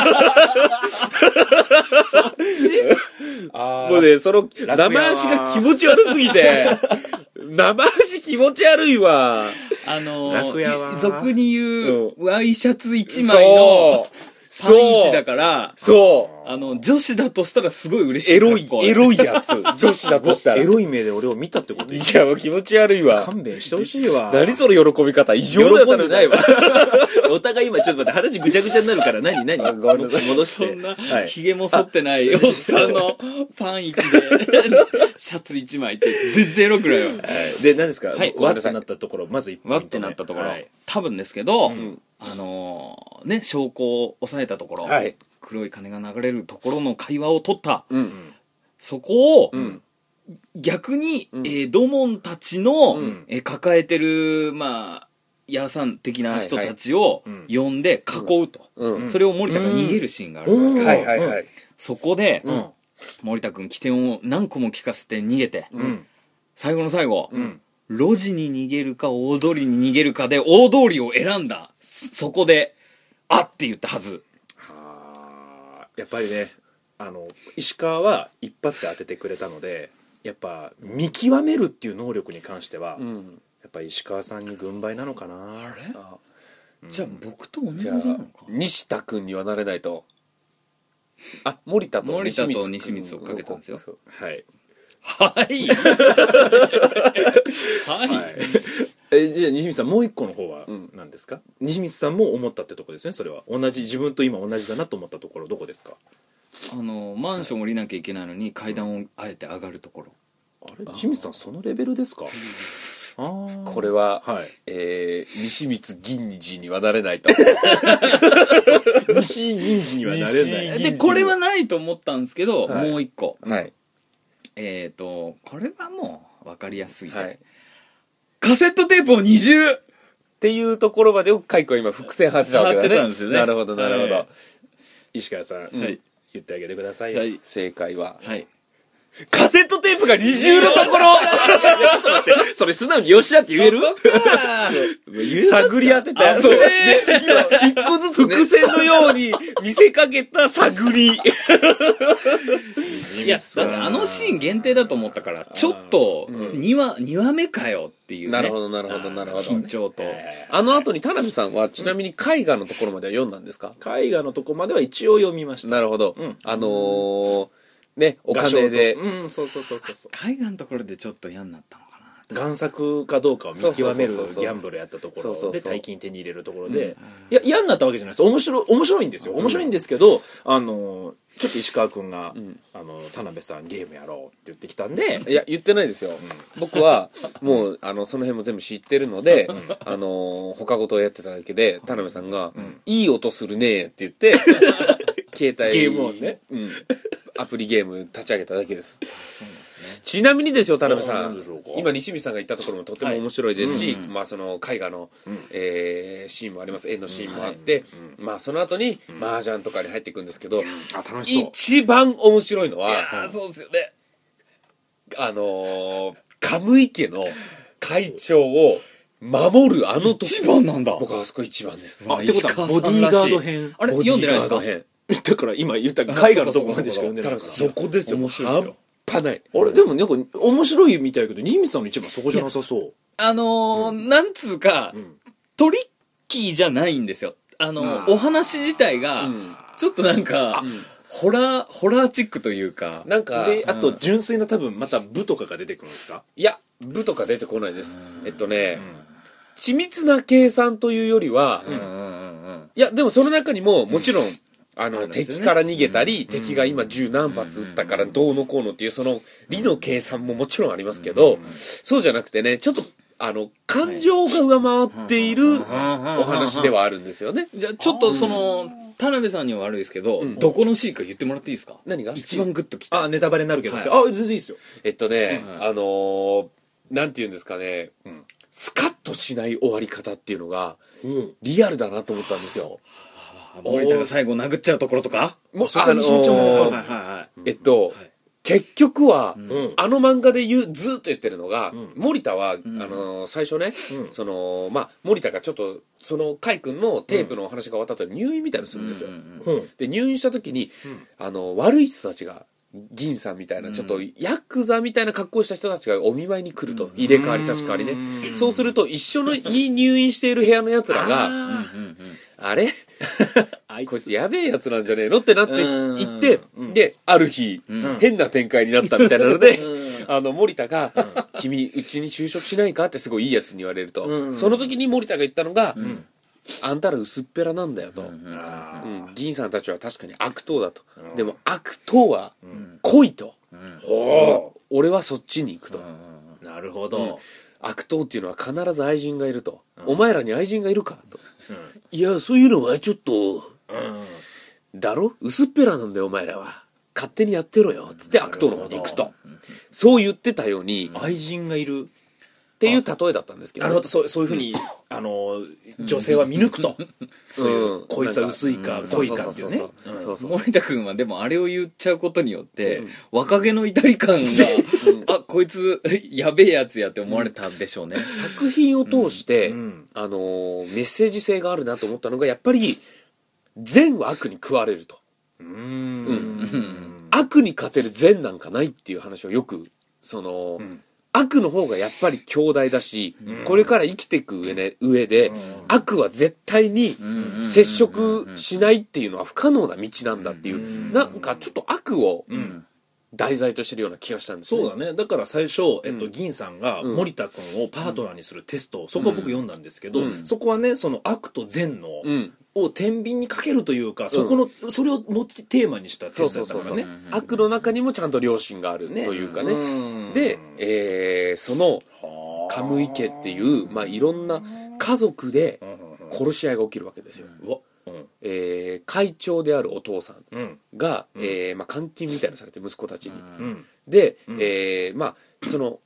[SPEAKER 4] あ
[SPEAKER 1] もうねその
[SPEAKER 4] は
[SPEAKER 1] 生足が気持ち悪すぎて生足気持ち悪いわ
[SPEAKER 3] あの
[SPEAKER 4] 楽屋はい
[SPEAKER 3] 俗に言う、ワイシャツ1枚のパン
[SPEAKER 1] そう
[SPEAKER 3] イチ
[SPEAKER 1] そう
[SPEAKER 3] だから
[SPEAKER 1] そ
[SPEAKER 3] あの女子だとしたらすごい嬉し
[SPEAKER 1] う
[SPEAKER 3] い
[SPEAKER 1] エロい
[SPEAKER 3] 格好
[SPEAKER 1] エロいやつ女子だとしたら
[SPEAKER 4] エ
[SPEAKER 1] い
[SPEAKER 4] ロい目で俺を見たってこと
[SPEAKER 1] やもう気持ち悪いわ
[SPEAKER 4] 勘弁してほしいわ
[SPEAKER 1] 何その喜び方異常だよ
[SPEAKER 5] 喜んでない わお互い今ちょっと待って話ぐちゃぐちゃになるから何何
[SPEAKER 1] ごめんなさい
[SPEAKER 5] 戻し
[SPEAKER 3] そ
[SPEAKER 5] て
[SPEAKER 3] んな
[SPEAKER 5] はい
[SPEAKER 3] ひげも剃ってないおっさんのパン1でシャツ1枚って全然エロくないわ
[SPEAKER 5] で何ですか
[SPEAKER 3] はい
[SPEAKER 4] わっとなったところまず一
[SPEAKER 3] わってなったところ、
[SPEAKER 4] はい
[SPEAKER 3] 多分ですけど、あのーね証拠を抑えたところ、
[SPEAKER 1] はい
[SPEAKER 3] 黒い金が流れるところの会話を取った
[SPEAKER 1] うん
[SPEAKER 3] そこを、
[SPEAKER 1] ん
[SPEAKER 3] 逆に、
[SPEAKER 1] ん
[SPEAKER 3] えードモンたちの、
[SPEAKER 1] ん
[SPEAKER 3] えー抱えてるまあヤーさん的な人たちを
[SPEAKER 4] いはい
[SPEAKER 3] 呼んで囲うと、
[SPEAKER 1] うん
[SPEAKER 3] それを森田が逃げるシーンがあるんですけど、
[SPEAKER 1] はいはいはい
[SPEAKER 3] そこで、
[SPEAKER 4] うん
[SPEAKER 3] 森田君起点を何個も聞かせて逃げて、
[SPEAKER 4] うん
[SPEAKER 3] 最後の最後、
[SPEAKER 4] ん
[SPEAKER 3] 路地に逃げるか大通りに逃げるかで大通りを選んだそそこで「あっ!」て言ったはず
[SPEAKER 4] あーやっぱりねあの石川は一発で当ててくれたのでやっぱ見極めるっていう能力に関しては、
[SPEAKER 1] う
[SPEAKER 4] や
[SPEAKER 1] ん
[SPEAKER 4] っぱ石川さんに軍配なのかな
[SPEAKER 1] あ
[SPEAKER 3] じゃあ僕と同じ
[SPEAKER 1] じ
[SPEAKER 3] な
[SPEAKER 1] ゃあ
[SPEAKER 3] のか
[SPEAKER 1] 西田君にはなれないとあ森田と
[SPEAKER 3] 森田と
[SPEAKER 1] 君
[SPEAKER 3] 西光をかけたんですよ
[SPEAKER 1] そう
[SPEAKER 4] はい、
[SPEAKER 3] はい
[SPEAKER 4] は、
[SPEAKER 3] はい
[SPEAKER 4] えじゃあ西光さんもう一個の方は何ですか、西光さんも思ったってとこですねそれは同じ自分と今同じだなと思ったところどこですか
[SPEAKER 3] あのマンション降りなきゃいけないのに階段をあえて上がるところ
[SPEAKER 4] あれ西光さんそのレベルですかあー
[SPEAKER 1] これは、
[SPEAKER 4] はい
[SPEAKER 1] えー、西光銀次にはなれな いと
[SPEAKER 4] 西銀次にはなれない
[SPEAKER 1] 西
[SPEAKER 3] でこれはないと思ったんですけど、
[SPEAKER 1] はい
[SPEAKER 3] もう一個
[SPEAKER 1] はい
[SPEAKER 3] えっ、ー、とこれはもう分かりやすい、
[SPEAKER 1] はいっ
[SPEAKER 3] カセットテープを二重
[SPEAKER 1] ていうところまでをカイコは今伏線張ってたわけだ
[SPEAKER 3] 張っ
[SPEAKER 1] ね
[SPEAKER 3] てたんですよね
[SPEAKER 1] なるほどなるほど、
[SPEAKER 4] はい石川さん、
[SPEAKER 1] はい
[SPEAKER 4] 言ってあげてくださいよ、
[SPEAKER 3] はい
[SPEAKER 1] 正解は
[SPEAKER 3] はい
[SPEAKER 1] カセットテープが二重のところ
[SPEAKER 4] そ
[SPEAKER 5] それ素直によっしゃって言える
[SPEAKER 1] 探り当てた
[SPEAKER 5] あそう
[SPEAKER 1] 一個ずつ、伏線のように見せかけた探 り。
[SPEAKER 3] いや、だってあのシーン限定だと思ったから、ちょっと、2話、二話目かよっていうね。
[SPEAKER 1] なるほど、なるほど、なるほど
[SPEAKER 3] 緊。張と。
[SPEAKER 1] あの後に田辺さんはちなみに絵画のところまでは読んだんですか
[SPEAKER 4] 絵画のとこまでは一応読みました
[SPEAKER 1] なるほど。
[SPEAKER 4] ん
[SPEAKER 1] あのー、ね、お金で
[SPEAKER 4] 画。商とうんそうそうそうそうそう
[SPEAKER 3] 海岸のところでちょっと嫌になったのかな。
[SPEAKER 4] 贋作かどうかを見極めるギ
[SPEAKER 1] そうそうそうそう
[SPEAKER 4] ャンブルやったとこ
[SPEAKER 1] そうそうそ
[SPEAKER 4] ろ
[SPEAKER 1] う
[SPEAKER 4] で大金手に入れるところで、いや嫌になったわけじゃないです面白い面白いんですよ面白いんですけど、あのちょっと石川君が、あの田辺さんゲームやろうって言ってきたんで、
[SPEAKER 1] いや、言ってないですよ。僕は、もう、あの、その辺も全部知ってるので、あのー、他事をやってただけで、田辺さんが、いい音するねって 言って、携帯。
[SPEAKER 4] ゲームをね。
[SPEAKER 1] うん。アプリゲーム立ち上げただけです。ちなみにですよ、田辺
[SPEAKER 4] あ
[SPEAKER 1] さ
[SPEAKER 4] なん
[SPEAKER 1] ん
[SPEAKER 4] でしょうか。
[SPEAKER 1] 今、西見さんが言ったところもとても面白いですし、まあ、その、絵画の、えーシーンもあります。絵のシーンもあって、まあ、その後に、麻雀とかに入っていくんですけど、
[SPEAKER 4] あ楽
[SPEAKER 1] 一番面白いのは、
[SPEAKER 3] あ、そうですよね。
[SPEAKER 1] あのー、カムイ家の会長を守るあの
[SPEAKER 3] 一番なんだ。
[SPEAKER 1] 僕あそこ一番です。
[SPEAKER 3] あ
[SPEAKER 5] ってことは
[SPEAKER 3] 石川さんらし
[SPEAKER 5] ボ
[SPEAKER 3] い
[SPEAKER 5] ディーガード編
[SPEAKER 3] あれ、読んでないですか
[SPEAKER 1] ボディーガード編
[SPEAKER 5] だから今言った絵画のとこまでしか読んで
[SPEAKER 1] 田
[SPEAKER 5] ない
[SPEAKER 1] 辺さんそこですよ。
[SPEAKER 3] 面白いですよ
[SPEAKER 1] 半端ない。
[SPEAKER 4] あれでもなんか面白いみたいだけど西水さんの一番そこじゃなさそう
[SPEAKER 3] あのーなんつうか、トリッキーじゃないんですよ。あのーお話自体が、ちょっとなんか、ホラー、ホラーチックというか、
[SPEAKER 1] なんか、
[SPEAKER 4] であ
[SPEAKER 3] う
[SPEAKER 4] と
[SPEAKER 3] ん
[SPEAKER 4] 純粋な多分また部とかが出てくるんですか
[SPEAKER 1] いや、部とか出てこないです。えっとね、緻密な計算というよりは、
[SPEAKER 3] うんうんうんうん。
[SPEAKER 1] いや、でもその中にも、もちろん、あの、
[SPEAKER 3] るんですよね
[SPEAKER 1] 敵から逃げたり、敵が今十何発撃ったからどうのこうのっていう、その、理の計算ももちろんありますけど、そうじゃなくてね、ちょっと、あの、感情が上回っているお話ではあるんですよね。
[SPEAKER 3] じゃあ、ちょっとその、田辺さんには悪いですけど、どこのシーンか言ってもらっていいですか
[SPEAKER 1] 何が
[SPEAKER 3] 一番グッときた。
[SPEAKER 4] あネタバレになるけどって、
[SPEAKER 3] は
[SPEAKER 4] あ全然いいですよ
[SPEAKER 1] えっとね、
[SPEAKER 3] うん
[SPEAKER 1] あのーなんて言うんですかね、スカッとしない終わり方っていうのが、
[SPEAKER 4] うん
[SPEAKER 1] リアルだなと思ったんですよ。
[SPEAKER 3] 森田が最後殴っちゃうところとか
[SPEAKER 1] もう、
[SPEAKER 4] そこに慎重な
[SPEAKER 1] あ
[SPEAKER 4] の
[SPEAKER 1] の
[SPEAKER 4] か
[SPEAKER 1] ー
[SPEAKER 3] はいはい。
[SPEAKER 1] えっと、
[SPEAKER 3] い
[SPEAKER 1] 結局は、
[SPEAKER 4] ん
[SPEAKER 1] あの漫画で言う、ずーっと言ってるのが、森田は、
[SPEAKER 3] ん
[SPEAKER 1] あのー最初ね、
[SPEAKER 4] うん
[SPEAKER 1] その、まあ、森田がちょっと、その、カイ君のテープのお話が終わった後に入院みたいなのするんですよ。
[SPEAKER 3] うんうんうん
[SPEAKER 4] うん
[SPEAKER 1] で、入院した時に、あの、悪い人たちが、銀さんみたいな、ちょっと、ヤクザみたいな格好をした人たちがお見舞いに来ると。入れ替わり立ち替わりね。そうすると、一緒のに入院している部屋の奴らが、
[SPEAKER 3] うんうん
[SPEAKER 1] あ れこいつやべえやつなんじゃねえのってなっていって、で、ある日、
[SPEAKER 3] ん
[SPEAKER 1] 変な展開になったみたいなので、 あの、森田が、君、うちに就職しないかってすごいいいやつに言われると、その時に森田が言ったのが、あんたら薄っぺらなんだよと。うん銀さんたちは確かに悪党だと。でも悪党は恋と。
[SPEAKER 4] ほ
[SPEAKER 1] 俺はそっちに行くと。
[SPEAKER 4] うなるほど、
[SPEAKER 1] 悪党っていうのは必ず愛人がいると、お前らに愛人がいるかと、いやそういうのはちょっと、だろ薄っぺらなんだよお前らは勝手にやってろよつって悪党の方に行くと、そう言ってたように、っ
[SPEAKER 4] 愛人がいる
[SPEAKER 1] ていう例えだったんですけど
[SPEAKER 4] なるほどそうそういうふうに、あの女性は見抜くと、そういう、
[SPEAKER 1] うん
[SPEAKER 4] こいつは薄いか
[SPEAKER 1] うん
[SPEAKER 4] 濃いかっていうね
[SPEAKER 1] そうそうそうそうそうそう
[SPEAKER 3] 森田君はでもあれを言っちゃうことによって、若気の至り感が、あ、こいつ、 やべえやつやって思われたんでしょうね。
[SPEAKER 1] 作品を通して、
[SPEAKER 4] うんうん
[SPEAKER 1] あのーメッセージ性があるなと思ったのがやっぱり善は悪に食われると
[SPEAKER 4] うん
[SPEAKER 1] 悪に勝てる善なんかないっていう話をよくその、悪の方がやっぱり強大だし、これから生きていく上,、ね、上で、悪は絶対に接触しないっていうのは不可能な道なんだっていう、なんかちょっと悪を題材としてるような気がしたんです
[SPEAKER 4] そうだねだから最初、えっと、銀さんが
[SPEAKER 1] ん
[SPEAKER 4] 森田君をパートナーにするテスト、そこは僕読んだんですけど、
[SPEAKER 1] うん
[SPEAKER 4] そこはねその悪と善の、
[SPEAKER 1] うん
[SPEAKER 4] を天秤にかけるというかそこの、それを持ちテーマにしたテ
[SPEAKER 1] そう
[SPEAKER 4] ス
[SPEAKER 1] そ
[SPEAKER 4] ト
[SPEAKER 1] う
[SPEAKER 4] だ
[SPEAKER 1] そ
[SPEAKER 4] っ
[SPEAKER 1] う
[SPEAKER 4] たか
[SPEAKER 1] そう、
[SPEAKER 4] らね
[SPEAKER 1] 悪の中にもちゃんと良心があるというかね
[SPEAKER 4] うん
[SPEAKER 1] で、えーそのカムイ家っていう、まあ、いろんな家族で殺し合いが起きるわけですよ、
[SPEAKER 4] うわうん
[SPEAKER 1] えー会長であるお父さん
[SPEAKER 4] うん
[SPEAKER 1] が、えーまあ、監禁みたいなのされて息子たちに、
[SPEAKER 4] うん
[SPEAKER 1] で、えーまあその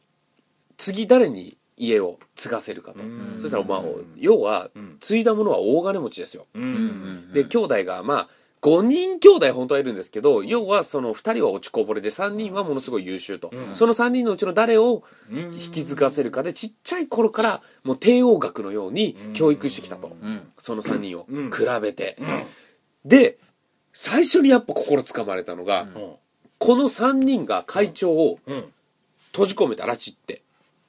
[SPEAKER 1] 次誰に家を継がせるかと、そしたらまあ要は、継いだものは大金持ちですよ、
[SPEAKER 4] うん
[SPEAKER 1] で兄弟がまあ5人兄弟本当はいるんですけど、要はその2人は落ちこぼれで3人はものすごい優秀と、その3人のうちの誰を引き継がせるかでちっちゃい頃からもう帝王学のように教育してきたと、
[SPEAKER 3] うん
[SPEAKER 1] その3人を
[SPEAKER 4] うん
[SPEAKER 1] 比べて、で最初にやっぱ心つかまれたのが、この3人が会長を
[SPEAKER 4] うん
[SPEAKER 1] 閉じ込めたらしいって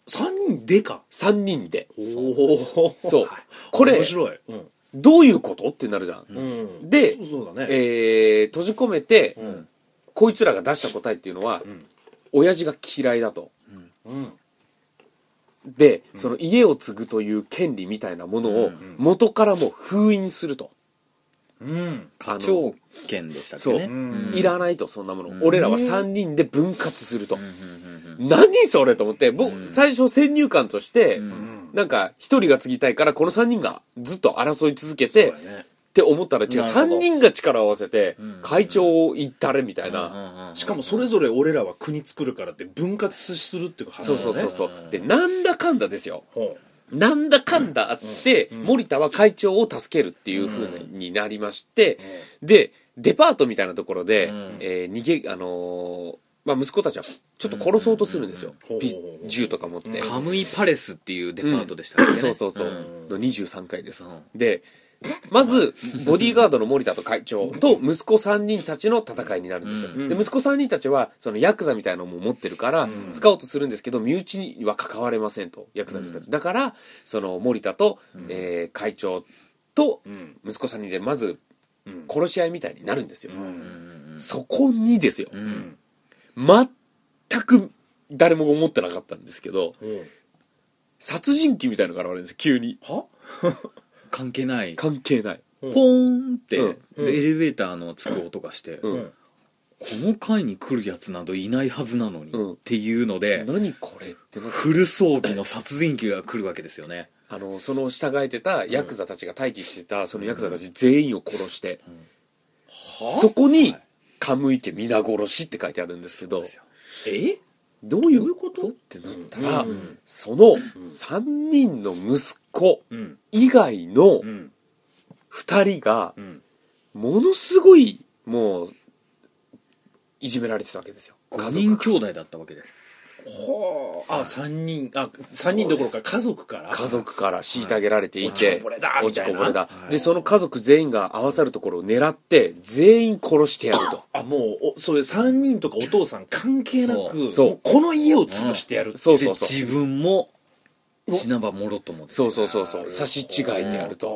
[SPEAKER 4] 3人でか
[SPEAKER 1] 3人で
[SPEAKER 4] おお
[SPEAKER 1] そうこれ
[SPEAKER 4] 面白いうん
[SPEAKER 1] どういうことってなるじゃん、
[SPEAKER 4] うん
[SPEAKER 1] で
[SPEAKER 4] そうそうだね
[SPEAKER 1] えー閉じ込めて、
[SPEAKER 4] うん
[SPEAKER 1] こいつらが出した答えっていうのは、
[SPEAKER 4] ん
[SPEAKER 1] 親父が嫌いだと
[SPEAKER 4] うん
[SPEAKER 1] で、その家を継ぐという権利みたいなものを元からもう封印すると、
[SPEAKER 4] うん
[SPEAKER 3] 課長権でしたっけ
[SPEAKER 1] そう、
[SPEAKER 3] ね
[SPEAKER 4] うん
[SPEAKER 1] いらないとそんなもの、俺らは3人で分割すると、
[SPEAKER 3] うんうんうん
[SPEAKER 1] 何それと思って僕、最初先入観として、
[SPEAKER 4] うん
[SPEAKER 1] なんか一人が継ぎたいからこの3人がずっと争い続け
[SPEAKER 4] そ
[SPEAKER 1] て、
[SPEAKER 4] うだね
[SPEAKER 1] って思ったら違う
[SPEAKER 3] なるほど
[SPEAKER 1] 3人が力を合わせて会長を言ったれみたいな、
[SPEAKER 3] うんうん
[SPEAKER 4] しかもそれぞれ俺らは国作るからって分割するっていう発
[SPEAKER 1] そ
[SPEAKER 4] 想
[SPEAKER 1] うそう
[SPEAKER 4] ね
[SPEAKER 1] そうそう、でなんだかんだですよ
[SPEAKER 4] ほ
[SPEAKER 1] なんだかんだあって、森田は会長を助けるっていうふうにになりまして、でデパートみたいなところで、
[SPEAKER 3] ん
[SPEAKER 1] えー逃げあのーまあ、息子たちはちょっと殺そうとするんですよ、
[SPEAKER 4] うんうんうん
[SPEAKER 1] ピ銃とか持って、
[SPEAKER 3] カムイパレスっていうデパートでしたっけね
[SPEAKER 1] そうそうそう、
[SPEAKER 3] ん
[SPEAKER 1] の23回です、
[SPEAKER 3] うん
[SPEAKER 1] でまずボディーガードの森田と会長と息子3人たちの戦いになるんですよ、で息子3人たちはそのヤクザみたいなのも持ってるから使おうとするんですけど身内には関われませんとヤクザの人たち、だからその森田と、えー会長と
[SPEAKER 4] ん
[SPEAKER 1] 息子3人でまず
[SPEAKER 4] ん
[SPEAKER 1] 殺し合いみたいになるんですよ、
[SPEAKER 4] ううん
[SPEAKER 1] そこにですよ、
[SPEAKER 3] うん
[SPEAKER 1] 全く誰も思ってなかったんですけど
[SPEAKER 4] うん
[SPEAKER 1] 殺人鬼みたいのが現れるんですよ急に
[SPEAKER 4] は
[SPEAKER 3] 関係ないポ
[SPEAKER 1] 関係ない
[SPEAKER 3] ーンって
[SPEAKER 1] うん
[SPEAKER 4] うん
[SPEAKER 3] エレベーターのつく音がして
[SPEAKER 1] うん
[SPEAKER 3] この階に来るやつなどいないはずなの
[SPEAKER 1] うん
[SPEAKER 3] にっていうので
[SPEAKER 1] 何これってなって
[SPEAKER 3] フル装備の殺人鬼が来るわけですよね
[SPEAKER 1] あのその従えてたヤクザたちが待機してたそのヤクザたち全員を殺して、そこに「カムイ家皆殺し」って書いてあるんですけど
[SPEAKER 3] ですよ
[SPEAKER 4] え
[SPEAKER 1] どういうことってなったら、その3人の息子
[SPEAKER 4] うん
[SPEAKER 1] 以外
[SPEAKER 4] う
[SPEAKER 1] の
[SPEAKER 4] ん
[SPEAKER 1] 2人が
[SPEAKER 4] うん
[SPEAKER 1] ものすごいもういじめられてたわけですよ
[SPEAKER 3] 5人兄弟だったわけです
[SPEAKER 4] ほーあ三人あ三人どころか家族から
[SPEAKER 1] 家族から虐げられていて、
[SPEAKER 4] 落ちこぼれだみ
[SPEAKER 1] 落
[SPEAKER 4] た
[SPEAKER 1] ち
[SPEAKER 4] いな
[SPEAKER 1] こぼれだ
[SPEAKER 4] はい
[SPEAKER 1] でその家族全員が合わさるところを狙って全員殺してやると
[SPEAKER 4] あもうおそういう3人とかお父さん関係なく
[SPEAKER 1] そう
[SPEAKER 4] もうこの家を潰してやる、
[SPEAKER 1] そう
[SPEAKER 3] で
[SPEAKER 1] そうそう
[SPEAKER 3] 自分も死なばもろともです
[SPEAKER 1] そ
[SPEAKER 3] よ
[SPEAKER 1] うそうそうそう差し違えてやると、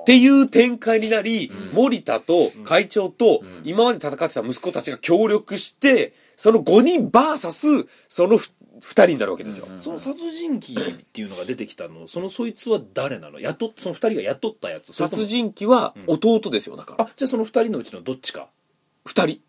[SPEAKER 1] っ
[SPEAKER 4] と
[SPEAKER 1] ていう展開になり、森田と会長と今まで戦ってた息子たちが協力してその5人バーサスそのふ2人になるわけですよ、
[SPEAKER 4] その殺人鬼っていうのが出てきたのそのそいつは誰なの雇っその2人が雇ったやつそれとも
[SPEAKER 1] 殺人鬼は弟ですよだから
[SPEAKER 4] あじゃあその2人のうちのどっちか
[SPEAKER 1] 2人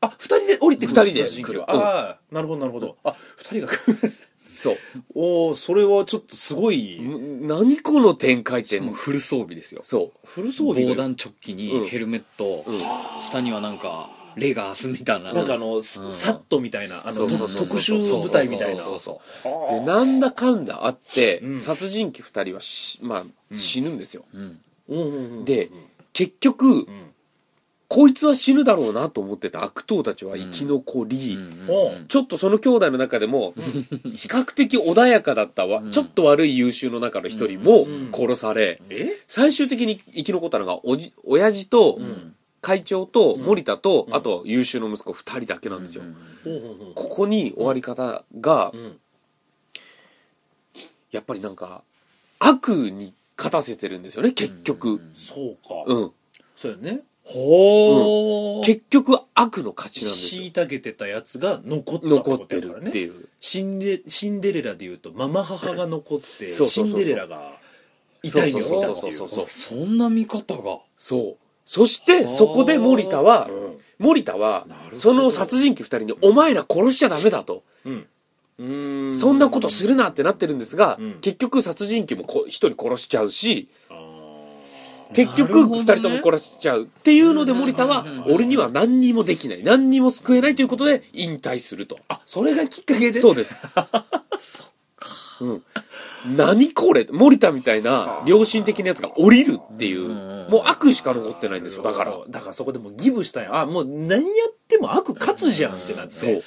[SPEAKER 4] あ2人で降りてくる
[SPEAKER 1] 二人で
[SPEAKER 4] 殺人鬼は
[SPEAKER 1] 来るうん
[SPEAKER 4] ああなるほどなるほどあ二2人が
[SPEAKER 1] そう
[SPEAKER 4] おおそれはちょっとすごい
[SPEAKER 1] ん何この展開っ
[SPEAKER 3] してかもフル装備ですよ
[SPEAKER 1] そ
[SPEAKER 4] フル装備
[SPEAKER 3] 防
[SPEAKER 4] が
[SPEAKER 3] 弾チョッキにヘルメット、
[SPEAKER 1] うんうん
[SPEAKER 3] 下にはなんかレガースみたいな
[SPEAKER 4] なんかあの、さサットみたいなあの
[SPEAKER 1] そう
[SPEAKER 4] と
[SPEAKER 1] そうそう
[SPEAKER 4] 特殊部隊みたいな
[SPEAKER 3] そうそう
[SPEAKER 1] うでなんだかんだあって、
[SPEAKER 4] うん
[SPEAKER 1] 殺人鬼2人はし、まあ死ぬんですよ、
[SPEAKER 3] そううん
[SPEAKER 4] うんうんうん
[SPEAKER 1] で結局、
[SPEAKER 4] ん
[SPEAKER 1] こいつは死ぬだろうなと思ってた悪党たちは生き残り、
[SPEAKER 4] おう
[SPEAKER 1] ちょっとその兄弟の中でも、比較的穏やかだったわ、ちょっと悪い優秀の中の一人も殺され、
[SPEAKER 4] え
[SPEAKER 1] 最終的に生き残ったのがおじ、親父と、会長と森田と、あと優秀の息子二人だけなんですよ。
[SPEAKER 4] ほうほうほう
[SPEAKER 1] ここに終わり方が、
[SPEAKER 4] ん
[SPEAKER 1] やっぱりなんか、悪に勝たせてるんですよね、結局。
[SPEAKER 4] そうか、
[SPEAKER 1] うん。
[SPEAKER 4] そうよね
[SPEAKER 3] ほー、
[SPEAKER 1] 結局悪の勝ちなんですよ。
[SPEAKER 4] 虐げてたやつが残った
[SPEAKER 1] 残
[SPEAKER 4] こ
[SPEAKER 1] っ
[SPEAKER 4] と
[SPEAKER 1] て
[SPEAKER 4] やから
[SPEAKER 1] る
[SPEAKER 4] ね
[SPEAKER 1] っていう。
[SPEAKER 4] シンデシンデレラでいうとママ母が残って
[SPEAKER 1] そうそうそうそう
[SPEAKER 4] シンデレラが痛い目を見たって
[SPEAKER 1] そう
[SPEAKER 4] い
[SPEAKER 1] そう
[SPEAKER 4] う
[SPEAKER 1] そうそ
[SPEAKER 3] そ
[SPEAKER 1] う。
[SPEAKER 3] んな見方が
[SPEAKER 1] そう。そして、そこで森田は、森田は、その殺人鬼二人に、お前ら殺しちゃダメだと。
[SPEAKER 4] うーん
[SPEAKER 1] そんなことするなってなってるんですが
[SPEAKER 4] ん、
[SPEAKER 1] 結局殺人鬼もこ一人殺しちゃうし、
[SPEAKER 4] あー
[SPEAKER 1] 結
[SPEAKER 3] なる
[SPEAKER 1] 局
[SPEAKER 3] ほどね
[SPEAKER 1] 二人とも殺しちゃうっていうので森田は、俺には何にもできない。何にも救えないということで、引退すると。
[SPEAKER 4] あそれがきっかけで
[SPEAKER 1] そうです。そっか。うん。何これ森田みたいな良心的なやつが降りるっていう、もう悪しか残ってないんですよ、だから。
[SPEAKER 4] だからそこでもうギブしたんやあもう何やっても悪勝つじゃんってなって
[SPEAKER 1] そう。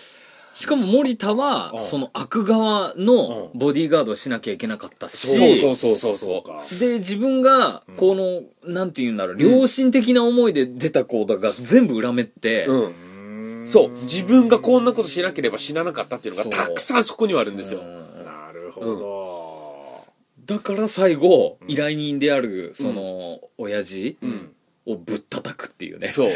[SPEAKER 3] しかも森田
[SPEAKER 4] う
[SPEAKER 3] は、
[SPEAKER 4] ん
[SPEAKER 3] その悪側のボディーガードをしなきゃいけなかったし、
[SPEAKER 1] そうそうそうそうそう。
[SPEAKER 4] か
[SPEAKER 3] で、自分が、この、なんて言うんだろう、良心的な思いで出た子だが全部恨めって、
[SPEAKER 1] うん。そう。自分がこんなことしなければ死ななかったっていうのがたくさんそこにはあるんですよ。
[SPEAKER 4] なるほど、
[SPEAKER 3] だから最後、依頼人である、その、親父をぶったたくっていうね。
[SPEAKER 1] そう。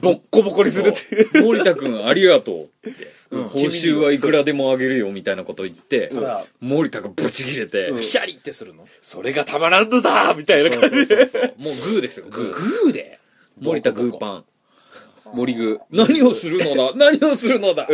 [SPEAKER 1] ボッコボコにするっていう。
[SPEAKER 3] 森田君ありがとうって、
[SPEAKER 1] うん
[SPEAKER 3] 報酬はいくらでもあげるよみたいなこと言って、
[SPEAKER 4] ただ
[SPEAKER 3] 森田がブチ切れて、
[SPEAKER 1] うん
[SPEAKER 4] ピシャリってするの
[SPEAKER 1] それがたまらんのだみたいな感じで。
[SPEAKER 3] もうグーですよグー
[SPEAKER 4] グーで
[SPEAKER 3] 森田グーパン
[SPEAKER 1] 森具。
[SPEAKER 3] 何をするのだ何をするのだ、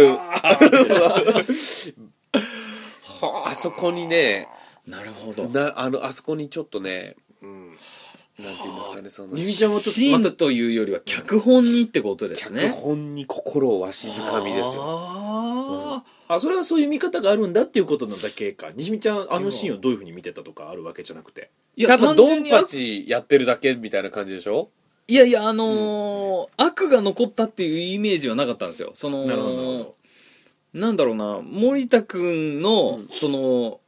[SPEAKER 1] あそこにね、
[SPEAKER 3] なるほど
[SPEAKER 1] な、あの、あそこにちょっとね、なんていうんですかね、その、
[SPEAKER 4] みちゃんも
[SPEAKER 3] シーンというよりは脚本にってことです
[SPEAKER 1] 脚
[SPEAKER 3] ね
[SPEAKER 1] 本に心をわしづかみですよ。
[SPEAKER 4] あー、あそれはそういう見方があるんだっていうことなだけか西見ちゃんあのシーンをどういうふうに見てたとかあるわけじゃなくて
[SPEAKER 3] いや
[SPEAKER 1] ただ、
[SPEAKER 3] 単
[SPEAKER 1] ド
[SPEAKER 3] 純
[SPEAKER 1] ン
[SPEAKER 3] に悪
[SPEAKER 1] パチやってるだけみたいな感じでしょ
[SPEAKER 3] いやいやあのー悪が残ったっていうイメージはなかったんですよその
[SPEAKER 4] なるほどなるほど
[SPEAKER 3] なんだろうな森田君の、その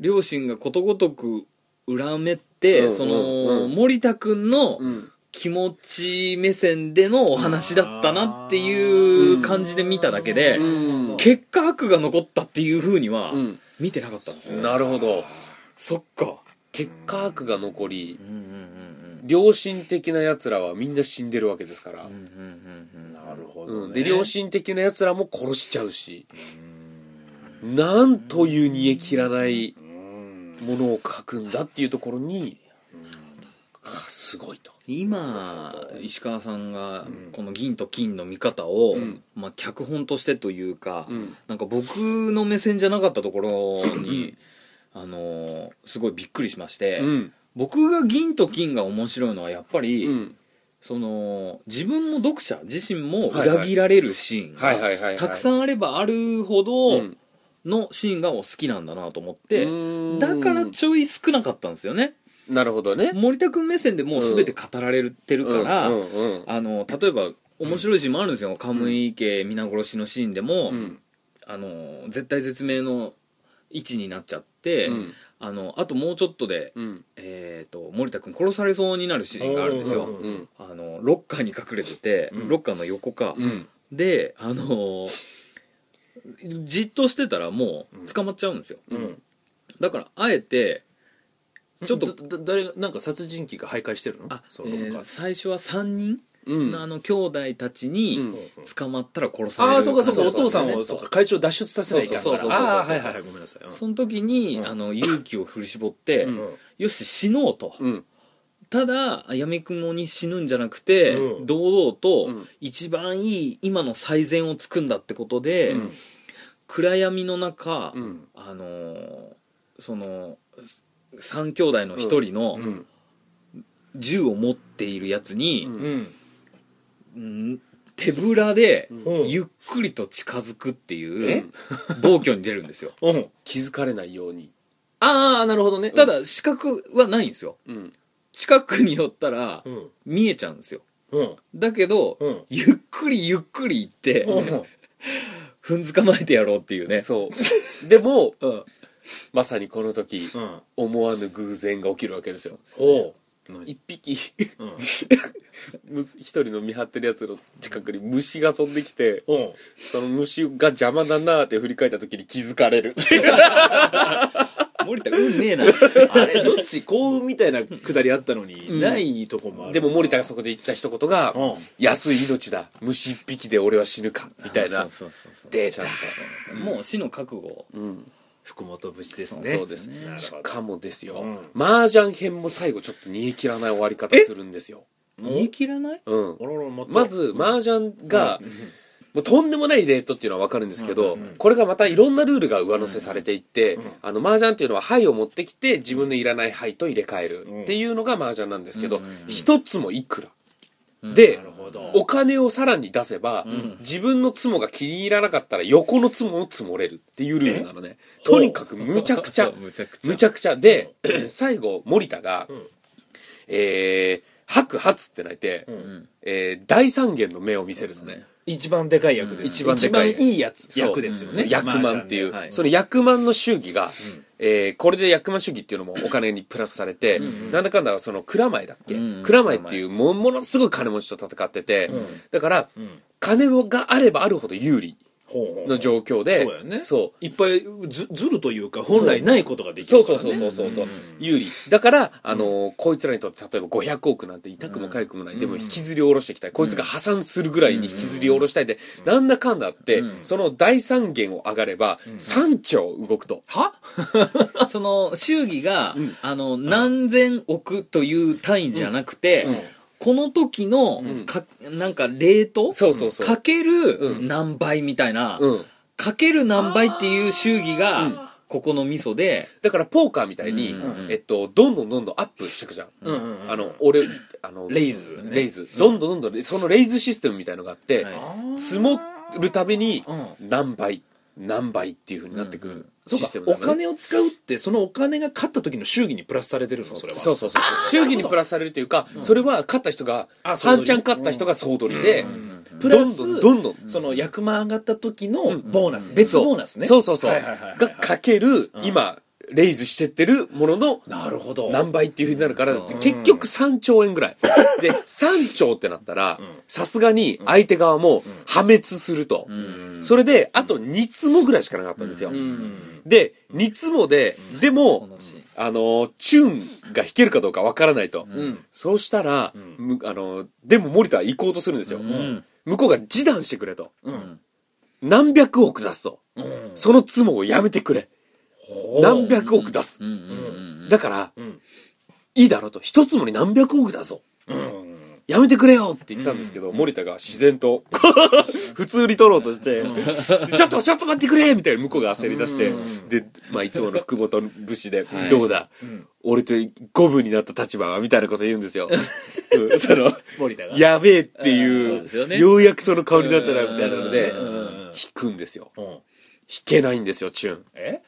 [SPEAKER 3] 両親がことごとく恨めて、
[SPEAKER 1] うん
[SPEAKER 3] その、
[SPEAKER 1] うん
[SPEAKER 3] 森田君の
[SPEAKER 1] ん。
[SPEAKER 3] 気持ち目線でのお話だったなっていう感じで見ただけで、
[SPEAKER 1] うん。
[SPEAKER 3] 結果悪が残ったっていうふうには
[SPEAKER 1] うん
[SPEAKER 3] 見てなかったんですよ、
[SPEAKER 1] なるほど。
[SPEAKER 3] そっか
[SPEAKER 1] 結果悪が残り
[SPEAKER 3] う、んうんうん
[SPEAKER 1] 良心的な奴らはみんな死んでるわけですから。
[SPEAKER 3] うんうんうんうん
[SPEAKER 4] なるほ
[SPEAKER 1] うん、で良心的な奴らも殺しちゃうしなんという煮え切らないものを書くんだっていうところにあすごいと
[SPEAKER 3] 今石川さんがこの銀と金の見方を、
[SPEAKER 1] うん
[SPEAKER 3] まあ、脚本としてというか、
[SPEAKER 1] うん
[SPEAKER 3] なんか僕の目線じゃなかったところに、あのーすごいびっくりしまして、
[SPEAKER 1] うん
[SPEAKER 3] 僕が銀と金が面白いのはやっぱり、
[SPEAKER 1] うん
[SPEAKER 3] その自分も読者自身も
[SPEAKER 1] はいはい
[SPEAKER 3] 裏切られるシーン
[SPEAKER 1] はいはいはいは
[SPEAKER 3] が
[SPEAKER 1] い
[SPEAKER 3] たくさんあればあるほ
[SPEAKER 1] う
[SPEAKER 3] ど
[SPEAKER 1] ん
[SPEAKER 3] のシーンがお好きなんだなと思って、
[SPEAKER 1] うーん
[SPEAKER 3] だからちょい少なかったんですよね
[SPEAKER 1] なるほどね
[SPEAKER 3] 森田君目線でもう全て語られてるから、
[SPEAKER 1] うんうん
[SPEAKER 3] あの例えば面白いシーンもあるんですよ、カムイ家皆殺しのシーンでも、
[SPEAKER 1] うん
[SPEAKER 3] あの絶対絶命の位置になっちゃって、
[SPEAKER 1] うん
[SPEAKER 3] あのあともうちょっとで、
[SPEAKER 1] うん
[SPEAKER 3] えー、と森田君殺されそうになるシーンがあるんですよ、
[SPEAKER 4] おーうんうん
[SPEAKER 1] うん
[SPEAKER 3] あのロッカーに隠れてて、
[SPEAKER 4] うん
[SPEAKER 3] ロッカーの横か、
[SPEAKER 1] うん
[SPEAKER 3] であのじっとしてたらもう捕まっちゃうんですよ、
[SPEAKER 4] うん
[SPEAKER 3] だからあえて
[SPEAKER 4] ちょっとだだ誰がなんか殺人鬼が徘徊してるの
[SPEAKER 3] あ、え
[SPEAKER 4] そうなの
[SPEAKER 3] ー
[SPEAKER 4] か
[SPEAKER 3] 最初は3人
[SPEAKER 1] うん
[SPEAKER 3] のあの兄弟たちに
[SPEAKER 1] うん
[SPEAKER 3] 捕まったら殺される、
[SPEAKER 4] ああそうかそうか
[SPEAKER 1] そ
[SPEAKER 4] お
[SPEAKER 1] うそう
[SPEAKER 4] 父
[SPEAKER 1] そ
[SPEAKER 4] さ
[SPEAKER 1] うん
[SPEAKER 4] をそうか会長を脱出させないかん
[SPEAKER 3] そう
[SPEAKER 4] か
[SPEAKER 3] そうそう
[SPEAKER 4] ら
[SPEAKER 3] そう
[SPEAKER 4] ああーはいはいはいごめんなさいうん
[SPEAKER 3] その時に、
[SPEAKER 4] うん
[SPEAKER 3] あの勇気を振り絞って、
[SPEAKER 1] うん
[SPEAKER 3] よし死のうと、
[SPEAKER 1] うん
[SPEAKER 3] ただ闇雲に死ぬんじゃなくて、
[SPEAKER 4] うん
[SPEAKER 3] 堂々と
[SPEAKER 1] うん
[SPEAKER 3] 一番いい今の最善をつくんだってことで、
[SPEAKER 1] うん
[SPEAKER 3] 暗闇の中、
[SPEAKER 1] うん
[SPEAKER 3] あのーその3兄弟の一人の
[SPEAKER 1] うん
[SPEAKER 3] 銃を持っているやつに、
[SPEAKER 1] うん
[SPEAKER 4] うん
[SPEAKER 3] うん手ぶらで
[SPEAKER 4] うん
[SPEAKER 3] ゆっくりと近づくってい
[SPEAKER 1] え
[SPEAKER 3] う暴挙に出るんですよ
[SPEAKER 4] うん
[SPEAKER 1] 気づかれないように
[SPEAKER 4] ああなるほど ね
[SPEAKER 3] ただ視覚はないんですよ
[SPEAKER 1] うん
[SPEAKER 3] 近くに寄ったら
[SPEAKER 4] うん
[SPEAKER 3] 見えちゃうんですよ
[SPEAKER 4] うん
[SPEAKER 3] だけど、
[SPEAKER 4] うん
[SPEAKER 3] ゆっくりゆっくり行って、
[SPEAKER 4] うん
[SPEAKER 3] 踏んづかまえてやろうっていうね
[SPEAKER 1] そ うでも
[SPEAKER 4] うん
[SPEAKER 1] まさにこの時
[SPEAKER 4] うん
[SPEAKER 1] 思わぬ偶然が起きるわけですよ
[SPEAKER 4] ほう
[SPEAKER 1] 一匹
[SPEAKER 4] うん
[SPEAKER 1] む一人の見張ってるやつの近くに虫が飛んできて
[SPEAKER 4] うん
[SPEAKER 1] その虫が邪魔だなーって振り返った時に気づかれ る
[SPEAKER 3] 森田運ねえ な
[SPEAKER 4] あれどっち幸運みたいなくだりあったのに、
[SPEAKER 1] ん
[SPEAKER 4] ないとこもある
[SPEAKER 1] でも森田がそこで言った一言が
[SPEAKER 4] うん
[SPEAKER 1] 「安い命だ虫一匹で俺は死ぬか」みたい
[SPEAKER 3] そ
[SPEAKER 1] な
[SPEAKER 3] うそうそうそう
[SPEAKER 1] でちゃん
[SPEAKER 3] もう死の覚悟
[SPEAKER 1] と、うん、
[SPEAKER 4] 福本節ですね
[SPEAKER 1] そうです
[SPEAKER 4] なる
[SPEAKER 1] し
[SPEAKER 4] ほど
[SPEAKER 1] かもですよ、
[SPEAKER 4] うん
[SPEAKER 1] 麻雀編も最後ちょっと煮え切らない終わり方するんですよ、
[SPEAKER 3] 煮え切らない
[SPEAKER 1] うん、
[SPEAKER 4] あららまた
[SPEAKER 1] まず麻雀が、もうとんでもないレートっていうのは分かるんですけど、これがまたいろんなルールが上乗せされていって、あの麻雀っていうのは牌を持ってきて自分のいらない牌と入れ替えるっていうのが麻雀なんですけど、一つもいくら、で
[SPEAKER 4] なるほど
[SPEAKER 1] お金をさらに出せば、自分のツモが気に入らなかったら横のツモを積もれるっていうルールなのねとにかくむちゃくちゃ
[SPEAKER 3] そうむちゃくちゃ
[SPEAKER 1] むちゃくちゃで最後森田が、えー白髪って泣いて、えー大三元の目を見せるのね
[SPEAKER 4] 一番でかい役です、
[SPEAKER 1] うん一番でかい
[SPEAKER 4] 一番いいやつ
[SPEAKER 1] そう
[SPEAKER 4] 役ですよ
[SPEAKER 1] そ
[SPEAKER 4] ね
[SPEAKER 1] の役満っていう、
[SPEAKER 4] 麻雀で
[SPEAKER 1] その役満の祝儀が、えーこれで役満祝儀っていうのもお金にプラスされて、なんだかんだその蔵前だっけ、
[SPEAKER 3] うんうん
[SPEAKER 1] 蔵前っていうもものすごい金持ちと戦ってて、だから、金があればあるほど有利
[SPEAKER 4] ほうほうほう
[SPEAKER 1] の状況で、
[SPEAKER 4] そうやね
[SPEAKER 1] そう
[SPEAKER 4] いっぱいずずるというか本来ないことができ
[SPEAKER 1] そ
[SPEAKER 4] る
[SPEAKER 1] う
[SPEAKER 4] か
[SPEAKER 1] そ
[SPEAKER 4] ら、ね、
[SPEAKER 1] うそうそうそうそう、有利だから、あのーこいつらにとって例えば500億なんて痛くも痒くもない、でも引きずり下ろしていきたい、こいつが破産するぐらいに引きずり下ろしたいで、なんだかんだあって、その第三元を上がれば、三兆動くと
[SPEAKER 4] は
[SPEAKER 3] その祝儀が、あの何千億という単位じゃなくて、この時のか、なんかレート
[SPEAKER 1] そうそうそう
[SPEAKER 3] かける
[SPEAKER 1] ん
[SPEAKER 3] 何倍みたいな、
[SPEAKER 1] うん
[SPEAKER 3] かける何倍っていう祝儀が、ここのミソで、
[SPEAKER 1] だからポーカーみたいに、
[SPEAKER 3] うん
[SPEAKER 1] えっと、どんどんどんどんアップしていくじゃん。
[SPEAKER 4] うんうんうん
[SPEAKER 1] あの、俺、あの、
[SPEAKER 4] レイズ
[SPEAKER 1] レイズ。どんどんどんどん、そのレイズシステムみたいのがあって、積もるために、何倍、何倍っていう風になってくる
[SPEAKER 4] そう
[SPEAKER 1] シ
[SPEAKER 4] か
[SPEAKER 1] ステムな
[SPEAKER 4] お
[SPEAKER 1] のね
[SPEAKER 4] 金を使うってそのお金が勝った時の祝儀にプラスされてるのそれは
[SPEAKER 1] そうそうそう。祝儀にプラスされるというか、それは勝った人が、
[SPEAKER 4] あ総取
[SPEAKER 1] 三
[SPEAKER 4] り
[SPEAKER 1] ちゃん勝った人が総取りで、
[SPEAKER 4] プラス
[SPEAKER 1] どんどんどんどん
[SPEAKER 4] その役満上がった時のボーナス、別ボーナスね
[SPEAKER 1] そうそうそう。
[SPEAKER 4] はいはいはいはい
[SPEAKER 1] がかける、今、レイズしてってるものの、
[SPEAKER 4] なるほど
[SPEAKER 1] 何倍っていうふうになるから、結局3兆円ぐらい。で、3兆ってなったら、さすがに相手側も破滅すると。それで、あと2つもぐらいしかなかったんですよ。で、2つもで、で
[SPEAKER 3] こ
[SPEAKER 1] も
[SPEAKER 3] のシーン、
[SPEAKER 1] あのー、チューンが弾けるかどうかわからないと。そうしたら、むあのー、でも森田は行こうとするんですよ。
[SPEAKER 3] ん
[SPEAKER 1] 向こうが示談してくれと。何百億出すと。そのツモをやめてくれ。何百億出す。だから、いいだろうと。一つもに何百億だぞ。やめてくれよって言ったんですけど、森田が自然と、普通に取ろうとして、ちょっと、ちょっと待ってくれみたいな向こうが焦り出して、で、まあ、いつもの福本武士で、
[SPEAKER 3] はい
[SPEAKER 1] どうだ、俺と五分になった立場はみたいなこと言うんですよ。うんその、
[SPEAKER 4] 森田が
[SPEAKER 1] やべえっ
[SPEAKER 3] うんそ
[SPEAKER 1] て
[SPEAKER 3] う
[SPEAKER 1] い
[SPEAKER 3] ですよ
[SPEAKER 1] う、
[SPEAKER 3] ね
[SPEAKER 1] ようやくその顔になったな、みたいなので
[SPEAKER 3] うん
[SPEAKER 4] うん、
[SPEAKER 1] 弾くんですよ。
[SPEAKER 4] う
[SPEAKER 1] 弾
[SPEAKER 4] ん
[SPEAKER 1] けないんですよ、チューン。
[SPEAKER 4] え